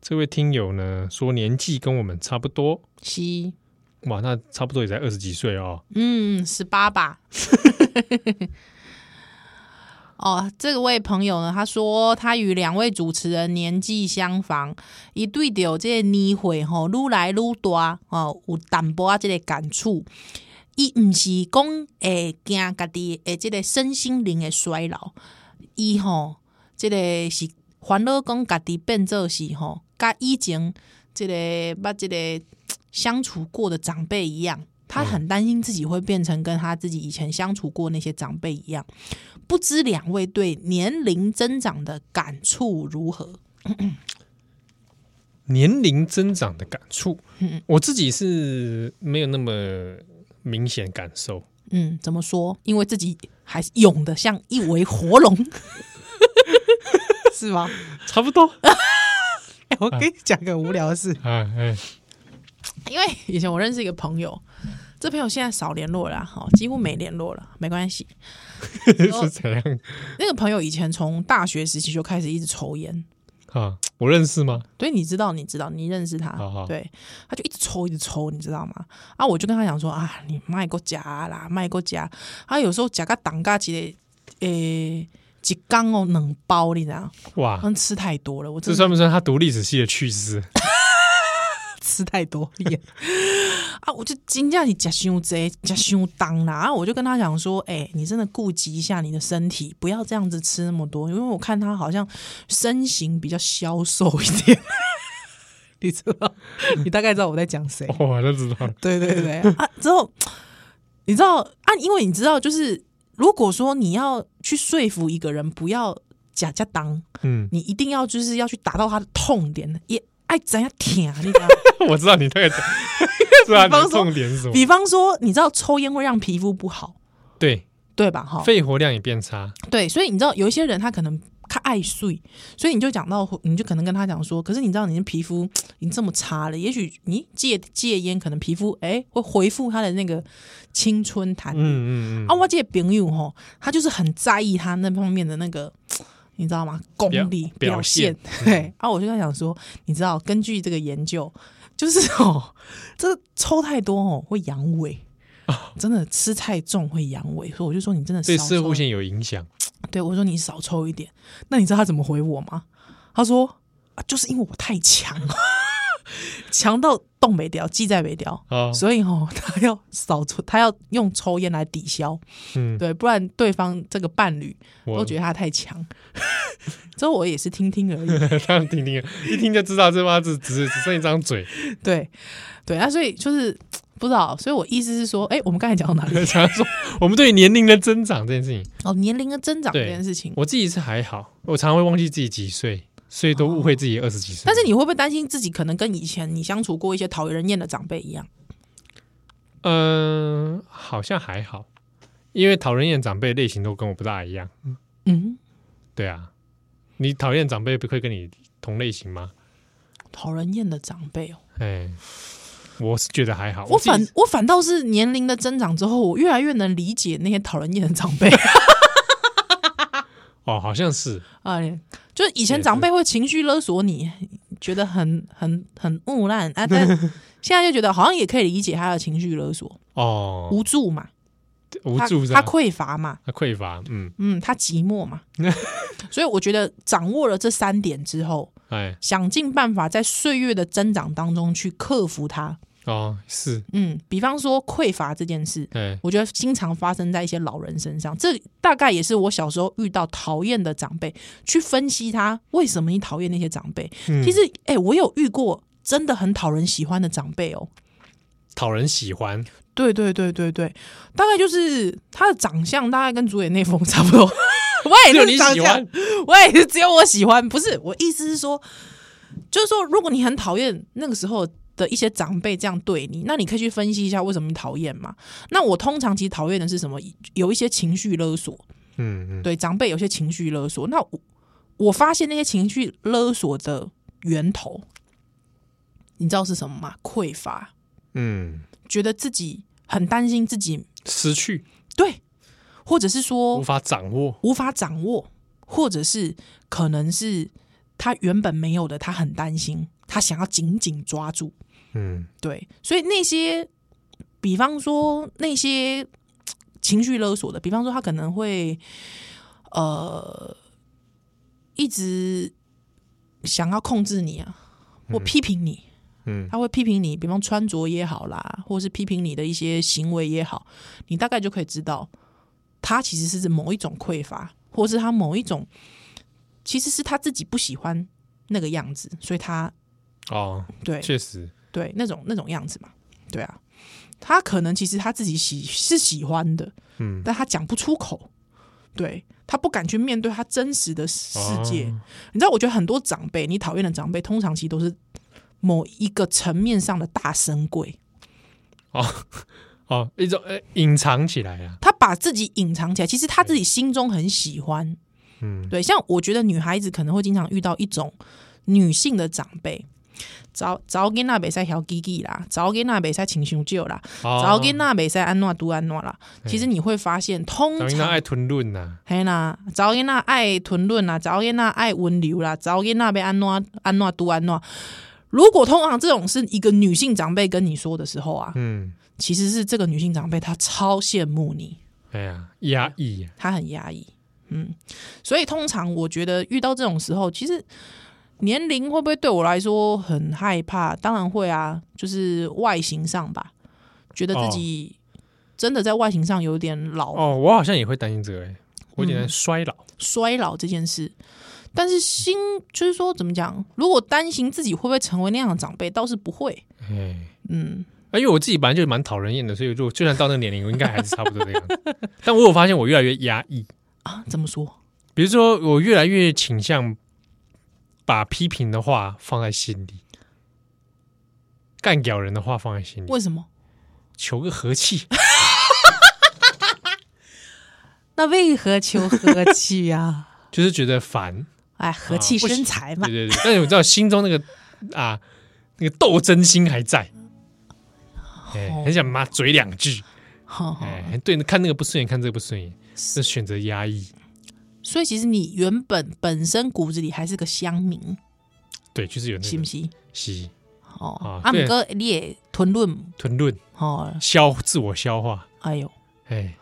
这位听友呢说年纪跟我们差不多，
西
哇，那差不多也才二十几岁哦。
嗯，十八吧。 哦，这位朋友呢，他说他与两位主持人年纪相仿，哦一对到这个年岁吼，愈来愈大哦，有淡薄仔这个感触。伊毋是讲会惊家己诶，即个身心灵诶衰老，伊吼，即、个是烦恼讲家己变做是吼，甲以前即、个捌即、个相处过的长辈一样，他很担心自己会变成跟他自己以前相处过那些长辈一样。不知两位对年龄增长的感触如何？
年龄增长的感触，
嗯
我自己是没有那么明显感受。
嗯，怎么说？因为自己还是勇的像一尾活龙，是吗？
差不 多
哎、 我跟你讲个无聊的事，
啊，哎，
因为以前我认识一个朋友，这朋友现在少联络啦，哦，几乎没联络了，没关系。
是怎样
那个朋友以前从大学时期就开始一直抽烟，
啊？我认识吗？
对，你知道，你知道，你认识他，
好好
对，他就一直抽，一直抽，你知道吗？啊，我就跟他讲说啊，你卖过假啦，卖过假。他有时候假个挡个一个，诶、一缸哦，两包，你知道，
哇
好，像吃太多了，我
啊这
真的
算不算他读历史系的趣 事？
吃太多也啊，我就惊讶你假胸贼，假胸当啦。啊，我就跟他讲说，哎、你真的顾及一下你的身体，不要这样子吃那么多，因为我看他好像身形比较消瘦一点。你知道，你大概知道我在讲谁
我都哦知道了。
对对对啊！之后你知道啊，因为你知道，就是如果说你要去说服一个人不要假假当，
嗯，
你一定要就是要去达到他的痛点，也爱怎样舔啊？你知道吗？
我知道你大概 知道你
方说
的重点是什么。
比方说，你知道抽烟会让皮肤不好，
对，
对吧？哈，
肺活量也变差。
对，所以你知道有一些人他可能他爱睡，所以你就讲到，你就可能跟他讲说，可是你知道你的皮肤已经这么差了，也许你戒戒烟，可能皮肤哎、会恢复他的那个青春弹力。
嗯嗯嗯，
啊，我这个朋友吼，他就是很在意他那方面的那个，你知道吗？功力
表表
现
现。
对，啊，我就在想说，你知道，根据这个研究， 就是哦，这抽太多哦会阳痿。真的吃太重会阳痿，所以我就说你真的
哦对
少
射
抽
护线有影响。
对我说你少抽一点。那你知道他怎么回我吗？他说、啊、就是因为我太强 了，强到动没掉，记在没掉，
哦
所以哦， 他要少抽，他要用抽烟来抵消。
嗯，
对，不然对方这个伴侣
我
都觉得他太强。 之后我也是听听而已，
他们听听，啊一听就知道这妈只只只剩一张嘴，
对对啊，所以就是不知道，所以我意思是说，哎、我们刚才讲到哪里？
想要说我们对年龄的增长这件事情，
哦，年龄的增长这
对
件事情。
我自己是还好，我常常会忘记自己几岁，所以都误会自己二十几岁。
但是你会不会担心自己可能跟以前你相处过一些讨人厌的长辈一样？
嗯、好像还好，因为讨人厌长辈类型都跟我不大一样。
嗯，
对啊，你讨厌长辈不会跟你同类型吗？
讨人厌的长辈哦，
哎，我是觉得还好。
我
自己
反我反倒是年龄的增长之后，我越来越能理解那些讨人厌的长辈。
哦，好像是
啊，就是以前长辈会情绪勒索你，觉得很很很木烂啊， 但现在就觉得好像也可以理解他的情绪勒索，
哦，
无助嘛，
无
他
助是吧
他匮乏嘛，
他匮乏，嗯，
嗯，他寂寞 嘛，所以我觉得掌握了这三点之后，
哎，
想尽办法在岁月的增长当中去克服它，
哦，是，
嗯，比方说匮乏这件事，
哎，
我觉得经常发生在一些老人身上。这大概也是我小时候遇到讨厌的长辈，去分析他为什么你讨厌那些长辈。
嗯
其实，哎、我有遇过真的很讨人喜欢的长辈哦。
讨人喜欢，
对对对对对，大概就是他的长相，大概跟主演内丰差不多。 我
只有
也
你
是哎长
喜
相
欢，，
我也是只有我喜欢。不是我意思是说，就是说，如果你很讨厌那个时候的一些长辈这样对你，那你可以去分析一下为什么你讨厌嘛。那我通常其实讨厌的是什么？有一些情绪勒索，
嗯嗯，
对长辈有些情绪勒索。那我我发现那些情绪勒索的源头，你知道是什么吗？匮乏，
嗯，
觉得自己很担心自己
失去
对，或者是说
无法掌握，
无法掌握，或者是可能是他原本没有的，他很担心，他想要紧紧抓住。
嗯
对，所以那些，比方说那些嘖情绪勒索的，比方说他可能会，呃，一直想要控制你啊，或批评你，
嗯
他会批评你，比方穿着也好啦，或是批评你的一些行为也好，你大概就可以知道，他其实是某一种匮乏，或是他某一种，其实是他自己不喜欢那个样子，所以他
哦，
对
确实，
对那种那种样子嘛，对啊，他可能其实他自己喜是喜欢的，
嗯，
但他讲不出口，对他不敢去面对他真实的世界。
哦
你知道，我觉得很多长辈，你讨厌的长辈，通常其实都是某一个层面上的大神鬼，
哦，一种呃隐藏起来啊，
他把自己隐藏起来，其实他自己心中很喜欢。
嗯
对，像我觉得女孩子可能会经常遇到一种女性的长辈。早早给那北塞小鸡鸡啦，早给那北塞情绪旧啦，
哦
早给那北塞安诺都安诺啦。其实你会发现，通
早
常
应该爱吞论啊呐，
嘿啦，查某囡仔爱吞论啦，查某囡仔爱温柔啦，查某囡仔要安怎安怎拄安怎。如果通常这种是一个女性长辈跟你说的时候啊，
嗯，
其实是这个女性长辈她超羡慕你，
哎呀，压抑啊，
她很压抑。嗯，所以通常我觉得遇到这种时候，其实年龄会不会对我来说很害怕？当然会啊，就是外形上吧，觉得自己真的在外形上有点老
哦，我好像也会担心这个，哎我有
嗯
点衰老，
衰老这件事。但是心就是说，怎么讲？如果担心自己会不会成为那样的长辈，倒是不会。
哎。
嗯，
啊，因为我自己本来就蛮讨人厌的，所以就就算到那个年龄，我应该还是差不多这样。但我有发现，我越来越压抑，
啊怎么说？
比如说，我越来越倾向把批评的话放在心里，干掉人的话放在心里，
为什么？
求个和气。
那为何求和气啊呀、
就是觉得烦，
哎，和气生财嘛
啊对。对对。但是我知道心中那个啊，那个斗争心还在，哎、很想骂嘴两句，
好好
哎、对，看那个不顺眼，看这个不顺眼，是选择压抑，
所以其实你原本本身骨子里还是个乡民，
对，就是有那
是不
个
是？
吸
哦
嗯啊，
阿
对
姆哥你也吞论
吞论、
哦，
消自我消化，
哎呦，
哎、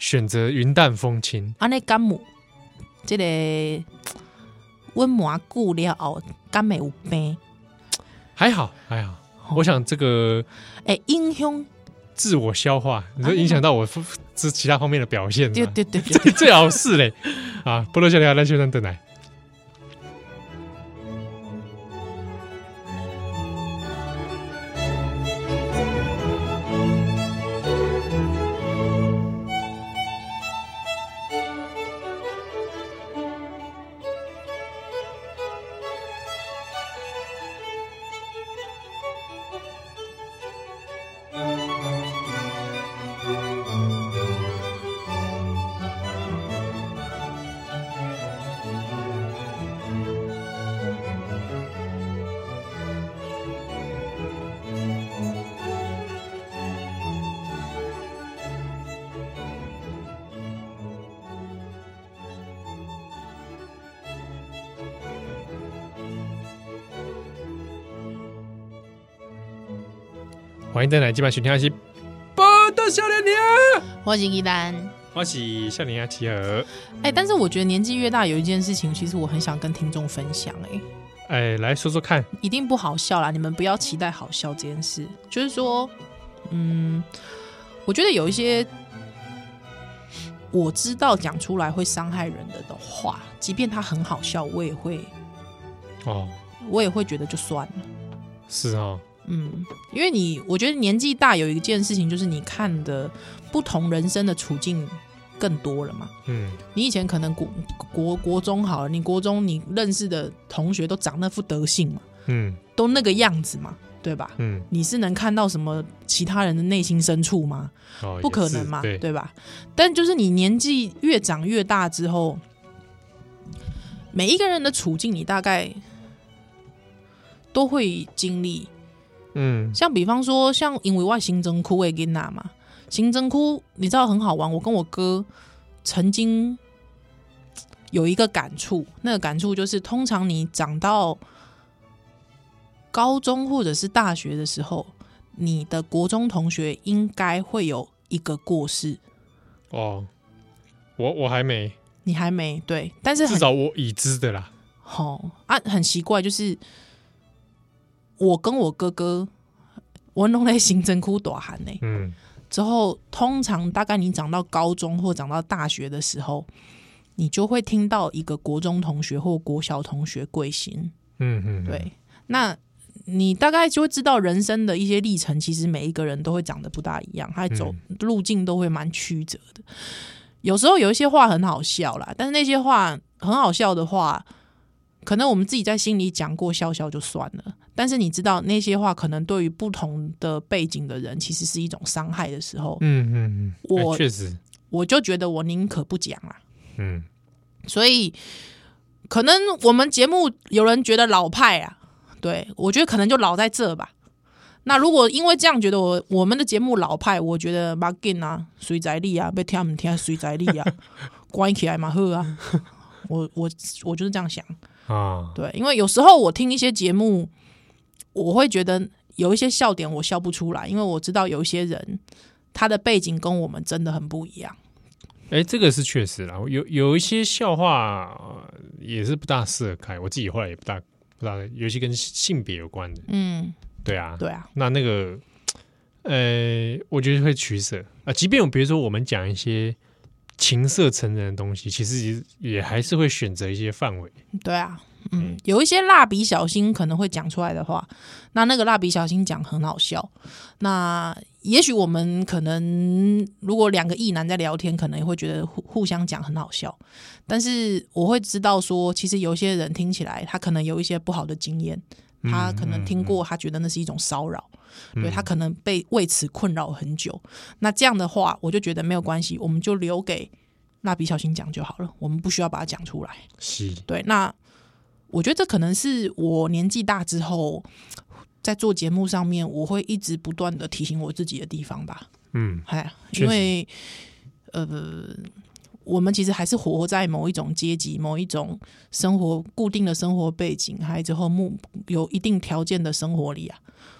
选择云淡风轻，
安尼感母，这个温麻久了后，敢会有病？
还好还好。
哦
我想这个
哎，影响
嗯自我消化，你
啊
说影响到我这其他方面的表现吗，
对对对对
最 最好是嘞啊！波多小聊，来修正等来。欢迎再来，今晚收听的是《波多少年
啊
娘》，
我是一丹。
我是啊少年阿奇儿。
哎、但是我觉得年纪越大，有一件事情，其实我很想跟听众分享、哎，
哎，来说说看，
一定不好笑啦，你们不要期待好笑这件事。就是说，嗯，我觉得有一些我知道讲出来会伤害人的的话，即便它很好笑，我也会，
哦，
我也会觉得就算了。
是哦，
嗯，因为你，我觉得年纪大有一件事情，就是你看的不同人生的处境更多了嘛。
嗯，
你以前可能国国国中好了，你国中你认识的同学都长那副德性嘛，
嗯，
都那个样子嘛，对吧？
嗯，
你是能看到什么其他人的内心深处吗？
哦，
不可
也是
能嘛，
对，
吧？但就是你年纪越长越大之后，每一个人的处境，你大概都会经历。
嗯，
像比方说，像因为外新增窟为囡娜嘛，新增窟你知道很好玩。我跟我哥曾经有一个感触，那个感触就是，通常你长到高中或者是大学的时候，你的国中同学应该会有一个过世，
哦，我我还没，
你还没对，但是
至
很
少我已知的啦，
好、啊，很奇怪，就是我跟我哥哥，我弄在新增窟大喊呢、
嗯，
之后，通常大概你长到高中或长到大学的时候，你就会听到一个国中同学或国小同学贵姓。
嗯嗯，嗯
对，，那你大概就会知道人生的一些历程，其实每一个人都会长得不大一样，还走路径都会蛮曲折的。有时候有一些话很好笑啦，但是那些话很好笑的话，可能我们自己在心里讲过笑笑就算了。但是你知道那些话可能对于不同的背景的人，其实是一种伤害的时候，
嗯嗯嗯，哎
我
确实，
我就觉得我宁可不讲啦。
嗯，
所以可能我们节目有人觉得老派啊，对我觉得可能就老在这吧。那如果因为这样觉得我我们的节目老派，我觉得 m a g i n 啊，谁在力啊，被听不听谁在力啊， 关起来嘛呵啊，我我我就是这样想。
啊，
对，因为有时候我听一些节目，我会觉得有一些笑点我笑不出来，因为我知道有一些人他的背景跟我们真的很不一样。
哎，这个是确实啦，有有一些笑话、呃也是不大适合开，我自己后来也不大不大，尤其跟性别有关的，
嗯，
对啊，
对啊，
那那个，呃，我觉得会取舍啊、即便我比如说我们讲一些情色成人的东西，其实也也还是会选择一些范围，
对啊，嗯
嗯，
有一些蜡笔小新可能会讲出来的话，那那个蜡笔小新讲很好笑。那也许我们可能如果两个异男在聊天，可能也会觉得互互相讲很好笑，但是我会知道说，其实有些人听起来他可能有一些不好的经验。
嗯
他可能听过，他觉得那是一种骚扰，对他可能被为此困扰很久。那这样的话，我就觉得没有关系，我们就留给蜡笔小新讲就好了，我们不需要把它讲出来。
是，
对，那我觉得这可能是我年纪大之后，在做节目上面，我会一直不断的提醒我自己的地方吧。
嗯，
哎，
确实
因为呃，我们其实还是活在某一种阶级、某一种生活固定的生活背景，还有之后目有一定条件的生活里啊。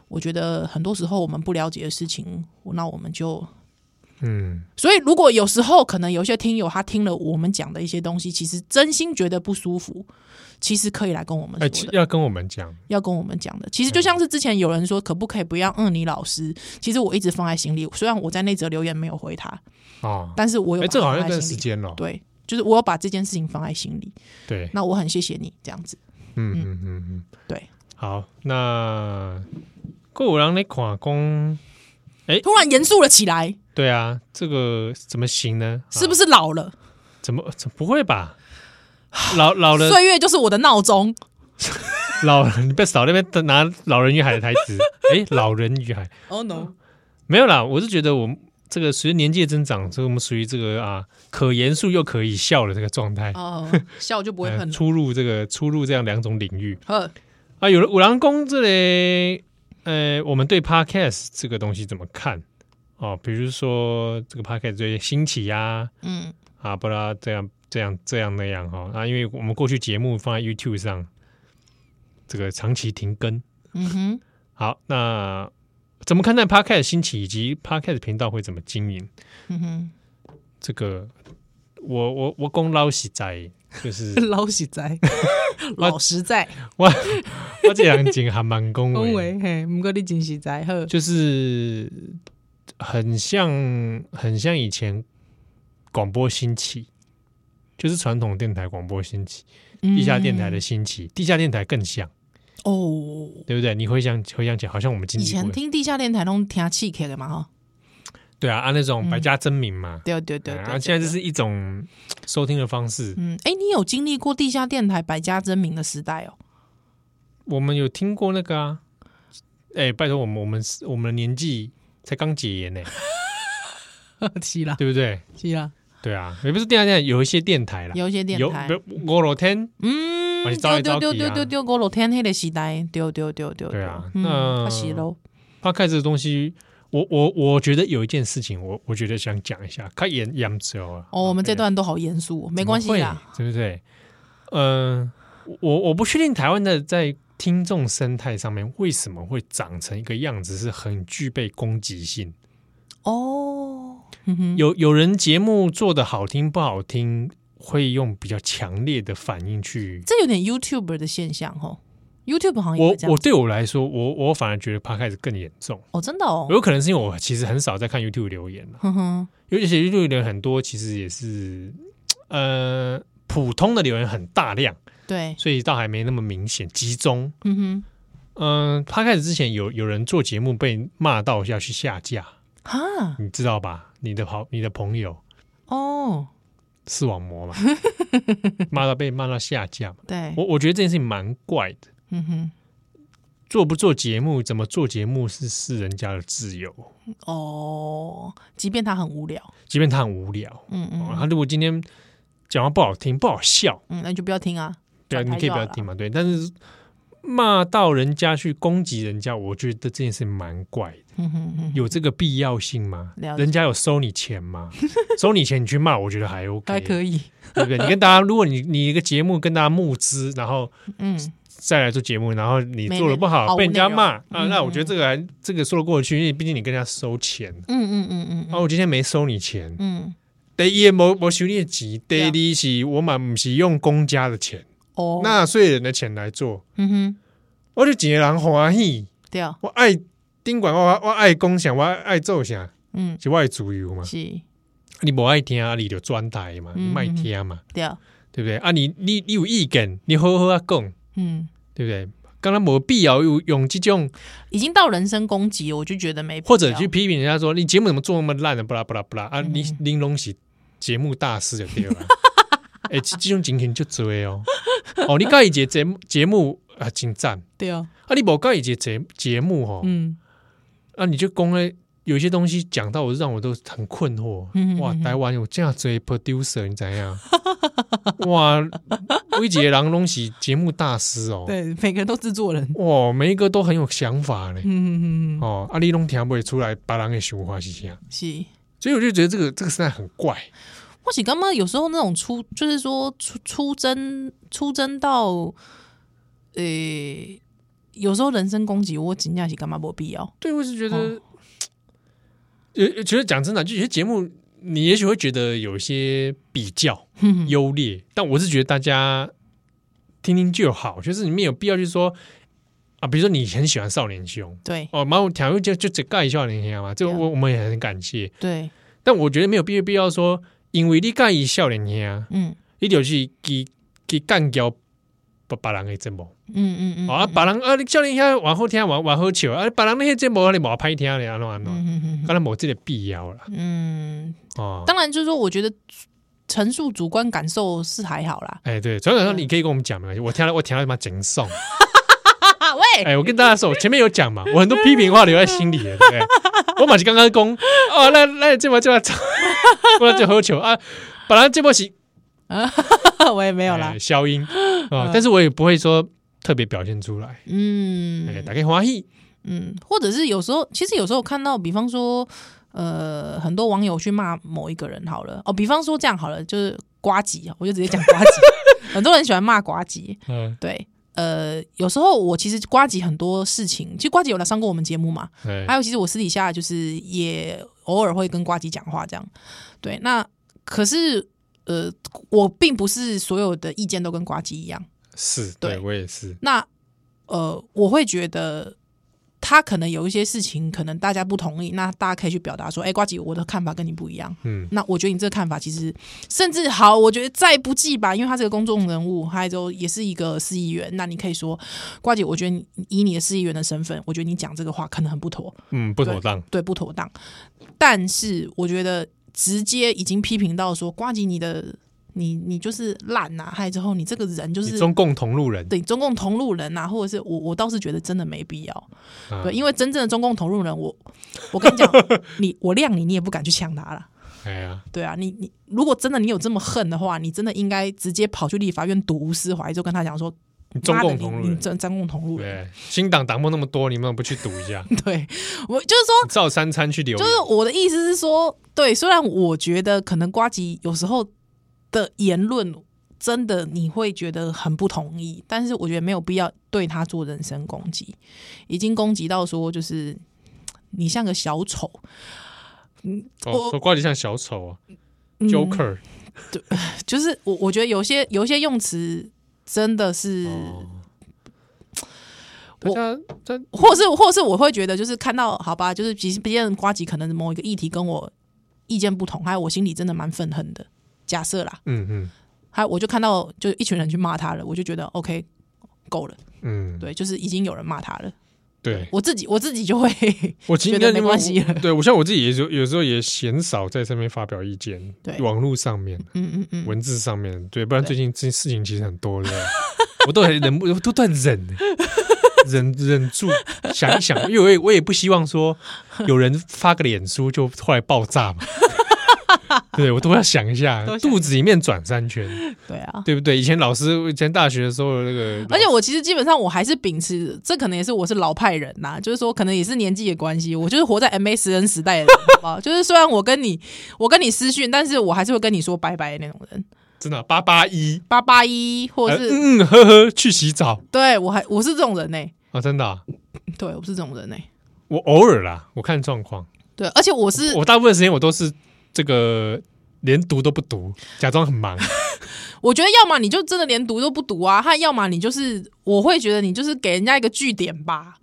我觉得很多时候我们不了解的事情，那我们就
嗯，
所以，如果有时候可能有些听友他听了我们讲的一些东西，其实真心觉得不舒服，其实可以来跟我们
哎、
说的，
要跟我们讲，
要跟我们讲的。其实就像是之前有人说，可不可以不要嗯你老师？其实我一直放在心里，虽然我在那则留言没有回他，
哦，
但是我
哎、
有把
这
它
好像
放
一
在
段
心
时
里。
间了，
对，就是我有把这件事情放在心里。
对，
那我很谢谢你这样子。
嗯嗯嗯嗯，
对，
好，那过五郎你看工，
突然严肃了起来，
对啊，这个怎么行呢？
是不
是？
是老了？
怎么怎不会 吧？老老了
岁月就是我的闹钟。
老了，你不要少那边拿《老人与海》的台 词。哎，《老人与海》
Oh no！
没有啦，我是觉得我们这个随着年纪的增长，所以我们属于这个啊可严肃又可以笑的这个状态，
哦，笑就不会
呃
很
出入这个出入这样两种领域
呵，
啊。有了五郎公这里，呃，我们对 podcast 这个东西怎么看？哦，比如说这个 podcast 最近兴起呀、
嗯
啊，不啦，这样这样这样那样哈、哦。啊，因为我们过去节目放在 YouTube 上，这个长期停更。
嗯哼，
好，那怎么看待 Podcast 兴起以及 Podcast 频道会怎么经营？
嗯哼。
这个我我我公捞实在，就是
老实 在，
啊
老实在，
我我这两景还蛮恭
恭
维，
维嘿，不过你真实在好，
就是很像很像以前广播兴起，就是传统电台广播兴起，地下电台的
嗯
兴起，地下电台更像，
哦。
对不对？你回想回想起来，好像我们经
以
历
前
过，
听地下电台都听气壳的嘛哈，
对啊，按、那种
嗯
百家争鸣嘛，
对对对对
啊，现在这
是
是一种收听的方式。
嗯，哎，你有经历过地下电台百家争鸣的时代 哦？
我们有听过那个啊，哎、拜托我们我们我们的年纪才刚解严呢、
是啦，
对不对？
是啦，
对啊，也不是电台电台，有一些电台啦，
有一些电
有
台，
不五六天，
嗯，
把
对
你招来
对
招
对
去啊
对对对，五六天黑的时代，对对对对
对啊
嗯
那
确实喽，
他开这个东西，我我我觉得有一件事情，我我觉得想讲一下，开演演走啊。
哦，我们这段都好严肃哦，没
怎么
关系
会
啦，，
对不对？嗯、我我不确定台湾的在听众生态上面为什么会长成一个样子，是很具备攻击性。
哦，嗯哼，
有有人节目做的好听不好听，会用比较强烈的反应去。
这有点 YouTuber 的现象哦，YouTube 好像也
我
会这样
我对我来说，我我反而觉得 p 开始更严重。
哦，真的哦，
有可能是因为我其实很少在看 YouTube 留言了，
哼哼，
尤其是 YouTube 留言很多，其实也是呃普通的留言很大量，
对，
所以倒还没那么明显集中。
嗯
嗯、p 开始之前有有人做节目被骂到要去下架，
哼，哈，
你知道吧？你的好，你的朋友
哦，
视网膜嘛， 骂到被骂到下架嘛。
对，
我我觉得这件事情蛮怪的，
嗯哼，
做不做节目，怎么做节目是是人家的自由，
哦，即便他很无聊，
即便他很无聊，
嗯
哦
嗯
他如果今天讲话不好听、不好笑，
嗯，那你就不要听啊，
对啊，
转
你
台
可以
就
不
好
要
了
听嘛，对。但是骂到人家去攻击人家，我觉得这件事蛮怪的，
嗯哼嗯哼，
有这个必要性吗？
了解
人家有收你 钱吗？收你钱你去骂，我觉得还 OK，
还可以，
对不对？你跟大家，如果你你一个节目跟大家募资，然后
嗯，
再来做节目，然后你
没
做的不
没毫
好
无
被人家
内容
骂啊，
嗯
那我觉得这个还这个说得过去，因为毕竟你跟人家收钱。
嗯嗯嗯嗯
啊，我今天没收你钱，
嗯，
第一没没收你的钱，第
啊
二是我嘛不是用公家的钱，
哦，
纳税人的钱来做，
嗯哼，
我就一个人欢喜，
对啊，
我爱顶管，我我爱讲啥，我爱做啥，
嗯，
是我的自由嘛。
是，
你不爱听啊，你就转台嘛，
嗯
你卖听嘛，
对啊，
对不对？啊，你你你有意见，你好好啊讲，
嗯，
对不对？刚刚没必要有用这种，
已经到人身攻击，我就觉得没必要，
或者去批评人家说你节目怎么做那么烂的，不啦不啦不啦啊！
嗯
你玲珑是节目大师就对 了。哎、这这种情形就多哦。哦，你介意节节目节目啊，真赞
对啊，
啊！你无介意节节节目哦，
嗯，
啊，你就讲咧，有一些东西讲到我，让我都很困惑。
嗯
哇
嗯，嗯
台湾有这样子的 producer，你怎样？哇，威杰郎东西节目大师哦，
对，每个人都制作人，
哇，每一个都很有想法呢。
嗯嗯嗯，
哦，啊，你拢听不会出来别人的想法是啥，
是。
所以我就觉得这个这个时代很怪。
或许刚刚有时候那种出，就是说出出征出征到，呃、有时候人身攻击，我真正是干嘛不必要？
对，我是觉得
哦，
有、有觉得讲真的，就有些节目，你也许会觉得有一些比较
哼
优劣，但我是觉得大家听听就好，就是你没有必要去说啊，比如说你很喜欢少年凶。
对
哦，蛮有条件就就只盖一下年兄嘛，这个
对啊
我我们也很感谢，
对，
但我觉得没有必要必要说，因为你盖一笑年兄，啊
嗯
你就是去去干掉别别人的节目，
嗯嗯嗯，
哦啊，别人啊，你笑年兄往后听往往后笑，啊，别人那些节目你冇歹听啊咧，安怎安怎样，
嗯嗯嗯
当然冇这个必要啦。
嗯，
哦，
当然就是说，我觉得陈述主观感受是还好 啦。
哎，对，传
嗯
统上你可以跟我们讲没关系，我听了我听了他妈惊悚。
啊喂，
哎，我跟大家说，我前面有讲嘛，我很多批评话留在心里了，对不对？我马是刚刚攻，哦，那那这波这波， 我就喝酒啊，本来这波是
我也没
没
有啦。
消音啊
嗯，
但是我也不会说特别表现出来，哎，
嗯
打开欢喜，
嗯，或者是有时候，其实有时候看到，比方说，呃，很多网友去骂某一个人好了，哦，比方说这样好了，就是瓜吉，啊我就直接讲瓜吉， 很多人喜欢骂瓜吉，
嗯，
对。呃，有时候我其实瓜吉很多事情，其实瓜吉有来上过我们节目嘛，
哎
还，有，其实我私底下就是也偶尔会跟瓜吉讲话这样。对，那可是呃，我并不是所有的意见都跟呱唧一样。
是
对
对我也是，
那呃，我会觉得他可能有一些事情，可能大家不同意，那大家可以去表达说，哎、呱唧，我的看法跟你不一样。
嗯，
那我觉得你这个看法其实，甚至好，我觉得再不济吧，因为他是个公众人物，还有也是一个市议员，那你可以说，瓜姐，我觉得你以你的市议员的身份，我觉得你讲这个话可能很不妥，
嗯，不妥当，
对，不妥当。但是我觉得直接已经批评到说，瓜姐你的你你就是烂呐、还有之后你这个人就
你
是
中共同路人，
对中共同路人呐、啊或者是我我倒是觉得真的没必要，
啊
对，因为真正的中共同路人，我我跟你讲， 你我谅你，你也不敢去呛他了。
哎呀，
对啊，你你如果真的你有这么恨的话，你真的应该直接跑去立法院堵吴思怀，就跟他讲说，
你中
妈的
共同路
你你
人，
真中共同路人。
对，新党党墨那么多，你们不去赌一下？
对我就是说，
你照三餐去留言，
就是我的意思是说，对，虽然我觉得可能瓜吉有时候的言论真的你会觉得很不同意，但是我觉得没有必要对他做人身攻击，已经攻击到说就是嘖你像个小 丑，
哦，说瓜吉像小丑啊，Joker，
嗯就是我我觉得有些有些用词真的是。
哦，大
我
家在
或是或是我会觉得，就是看到好吧，就是其实别人瓜吉可能某一个议题跟我意见不同，还有我心里真的蛮愤恨的。假设啦，
嗯嗯
还有我就看到就一群人去骂他了，我就觉得 OK 够了，
嗯，
对，就是已经有人骂他了，
对，
我自己我自己就会
我今
觉
天
得没关系了，
对我像我自己也有有时候也鲜少在上面发表意见，
对
网络上面、
嗯嗯嗯，
文字上面，对，不然
对
最近这事情其实很多了，我都很忍不，我都在忍呢，忍忍住想一想，因为我也我也不希望说有人发个脸书就后来爆炸嘛。对，我都要想一下
都，想
肚子里面转三圈，
对啊。
对不对？以前老师，以前大学的时候那个老，
而且我其实基本上我还是秉持，这可能也是我是老派人呐、就是说可能也是年纪的关系，我就是活在 MSN 时代的人，好不好？就是虽然我跟你我跟你私讯，但是我还是会跟你说拜拜的那种人。
真的八八一，
八八一，或
呃
者是、
嗯嗯呵呵去洗澡
对我还我是这种人呢、
啊，真的啊、
对我是这种人呢、
我偶尔啦，我看状况。
对，而且我是我
我大部分时间我都是这个连读都不读，假装很忙。
觉得要么你就真的连读都不读啊，还要么你就是我会觉得你就是给人家一个据点吧。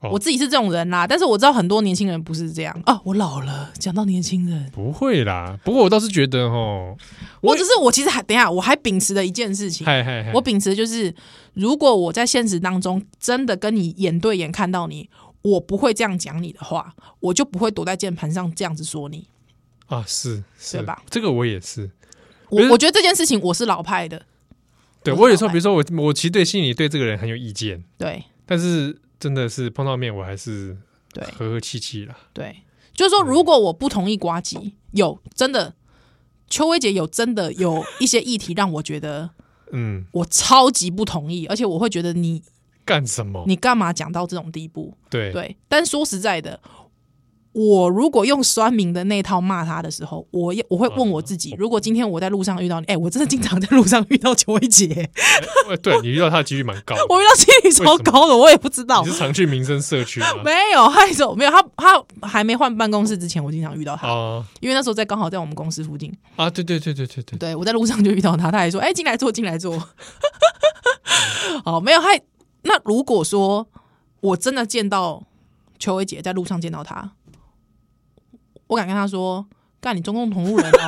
哦
我自己是这种人啦，但是我知道很多年轻人不是这样啊。我老了，讲到年轻人，
不会啦，不过我倒是觉得哦，我
或者是我其实还等一下，我还秉持的一件事情，
嗨嗨嗨，
我秉持的就是，如果我在现实当中真的跟你眼对眼看到你，我不会这样讲你的话，我就不会躲在键盘上这样子说你。
啊是是
对吧？
这个我也是，可
我
是
我觉得这件事情我是老派的，
对
我
我有时
老
候
派
比如说我我其实对心里对这个人很有意见，
对
但是真的是碰到面我还是
对
和和气气啦。
对，就是说，如果我不同意瓜吉，有真的，邱薇姐有真的有一些议题让我觉得
嗯，
我超级不同意，而且我会觉得你
干什么？
你干嘛讲到这种地步？
哦对
对，但说实在的。我如果用酸民的那套骂他的时候，我也我会问我自
嗯
己：如果今天我在路上遇到你，哎、我真的经常在路上遇到邱薇 姐，
呃对，你遇到他的几率蛮高的。
我遇到几率超高的，我也不知道
你。是常去民生社区 吗？
没有，害走没有他，他还没换办公室之前，我经常遇到他，
啊
因为那时候在刚好在我们公司附近，
啊，对对对对对对，
对我在路上就遇到他，他还说：“哎、进来坐，进来坐。” 哦，没有，还那如果说我真的见到邱薇姐在路上见到他，我敢跟他说：“干，你中共同路人哦！”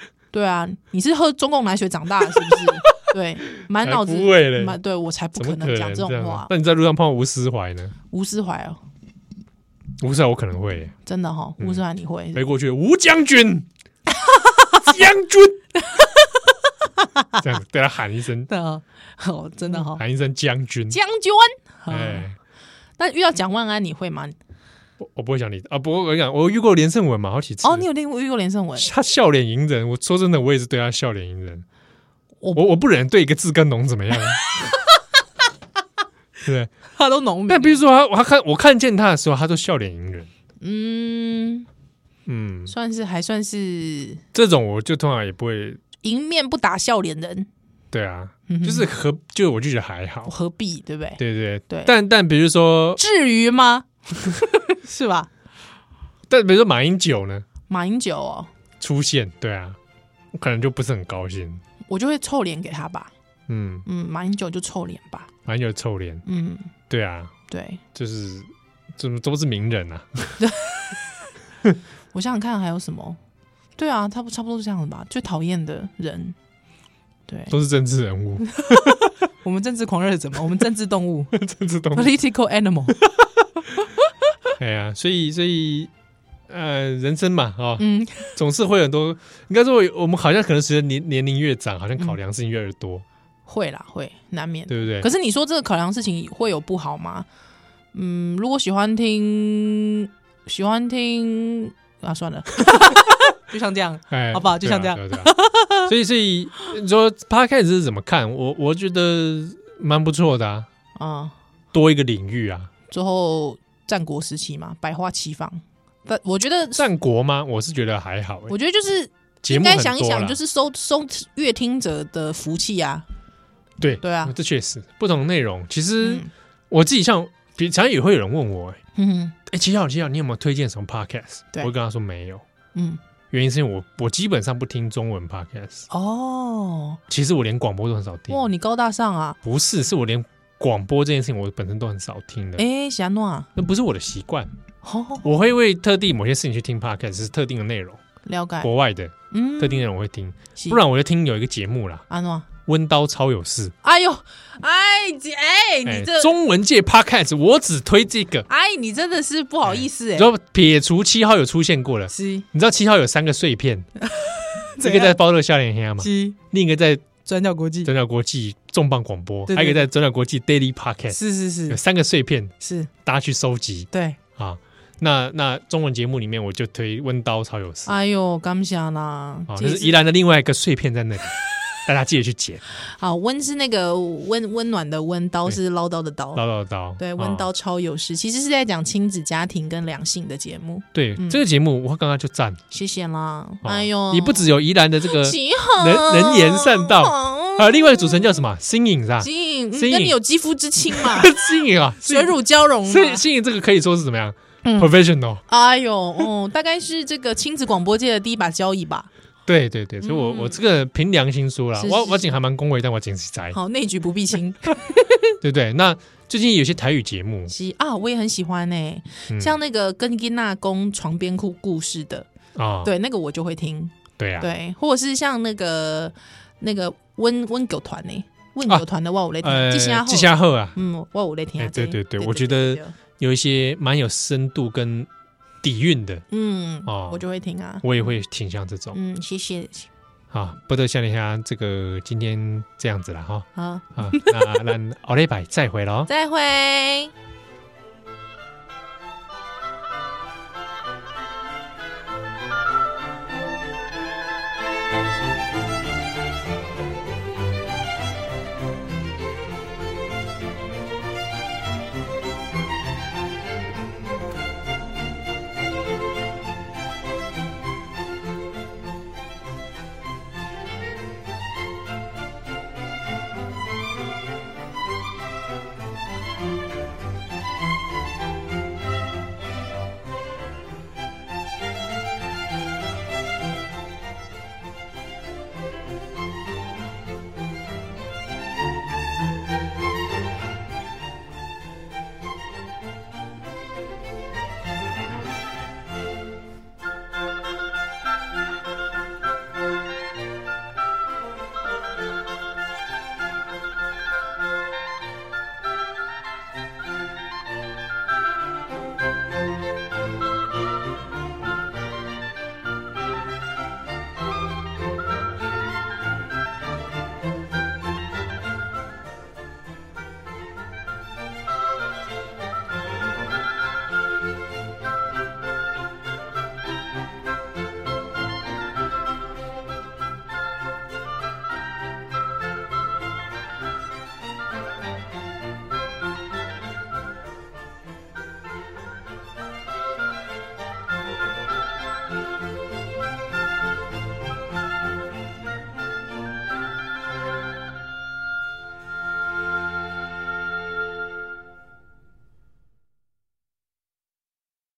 对啊，你是喝中共奶水长大的，是不是？对，满脑子
才不会嘞
满对我才不
怎么
可
可
能
能
讲这
样
种
啊
话？。
那你在路上碰到吴思怀呢？
吴思怀哦，
吴思怀我可能会耶。
真的哈、哦，吴
嗯
思怀你会、
飞过去，吴将 军，将军，这样对他喊一声，
的哦，真的哈、哦，
喊一声将军。
将军。嗯
嗯哎，
那遇到蒋万安你会吗？
我我不会讲你啊，不过我跟你讲，我遇过连胜文嘛，好几次。
哦，你有遇过遇过连胜文？
他笑脸迎人，我说真的，我也是对他笑脸迎人。
我
我我不忍对一个字根农 怎么样？对，
他都农民。
但比如说他，我看我看见他的时候，他都笑脸迎人。
嗯，
嗯，
算是还算是
这种我就通常也不会，
迎面不打笑脸人，
对啊，
嗯哼
就是和就我就觉得还好，
何必对不对？
对对
对
但但比如说，
至于吗？ 是吧？
但比如说马英九呢，
马英九哦，
出现，对啊，我可能就不是很高兴。
我就会臭脸给他吧。
嗯，
嗯，马英九就臭脸吧。
蛮有臭脸。
嗯，
对啊，
对
就是怎么都是名人啊。
我想想看还有什么？对啊，差不差不多是这样子吧。最讨厌的人，对
都是政治人物，
我们政治狂热者嘛，我们政治动物
政治动 物。
（political animal）。
哎呀，所以所以呃，人生嘛啊、哦
嗯，
总是会有很多。应该说，我们好像可能随着年年龄越长，好像
嗯
考量事情越来越多，
会啦，会难免。
对不对？
可是你说这个考量事情会有不好吗？嗯，如果喜欢听，喜欢听啊，算了， 就像这样。
哎
好不好就像
对啊
这
对啊对 啊所以，所以你说 podcast 是怎么看？我我觉得蛮不错的啊，
啊、
多一个领域啊。
最后战国时期嘛，百花齐放。但我觉得，
战国吗？我是觉得还好、欸
我，觉得就是
节
应
目
该
很
想一
多
想，
啦
就是收收乐听者的福气啊。
对
对啊
这确实不同内容。其实
嗯
我自己像，比常也会有人问我、欸，
嗯
哎、七号七号，你有没有推荐什么 podcast？
对
我会跟他说没有，
嗯，
原因是因为我我基本上不听中文 podcast，
哦，
其实我连广播都很少听。
哇，你高大上啊！
不是，是我连广播这件事情我本身都很少听的，
哎，霞诺啊，
那不是我的习惯。
哦，
我会为特定某些事情去听 podcast，是特定的内容，
了解，
国外的
嗯，
特定内容我会听，
是
不然我就听有一个节目啦，
安诺啊，
《温刀超有事》
哎呦，哎姐，哎
哎
你这，
中文界 podcast，我只推这个。
哎你真的是不好意思哎
然，后撇除七号有出现过了，
鸡
你知道七号有三个 碎片，
啊
这
怎
个
样
在包乐笑脸黑吗？
鸡
另一个在
转角国际，
转角国际重磅广播，
对对
还有一个在转角国际 Daily Podcast，
是是
有
是
三个碎片，
是，
大家去收集
对，
啊。那那中文节目里面，我就推《温刀超有事》
哎呦，感谢啦，
啊，
这
那
也
是宜兰的另外一个碎片在那里， 大家记得去捡。
好温是那个温温暖的温，刀
对
是唠叨的叨，
叨叨叨，
哦对，
啊
温刀超有事，其实是在讲亲子家庭跟两性的节目，
对这个节目，我刚刚就赞。
谢谢啦，
啊
嗯哎呦，
你不只有宜兰的这 个，
极好，
能能言善道
好
啊，另外一个主持人叫什么？新颖是吧？
哦金，嗯
新颖
跟你有肌肤之亲 嘛，
新颖啊，
水乳交融嘛
所。以新颖这个可以说是怎么样
嗯
？professional，
哎呦，哦，大概是这个亲子广播界的第一把交椅吧。
对对对，所以我
嗯
我这个凭良心说啦，
是
我
是
我仅还蛮恭维，但我仅是宅，
好，内举不避亲。
对不对？那最近有些台语节目，
是啊，我也很喜欢呢、
嗯
像那个跟金娜公床边哭故事的，
啊，
对，那个我就会听。
对啊，
对，或者是像那个那个温温狗团呢，温狗团的哇，我来听，
呃
记下，
季夏后啊，
嗯，哇，我来听
哎
啊。
对
这
对对我觉得，有一些蛮有深度跟底蕴的，
嗯
哦，
我就会听啊。
我也会挺像这种
嗯，谢谢
啊。不得像一下这个今天这样子了哈
好，
哦啊，那咱奥利百再回喽。
再会。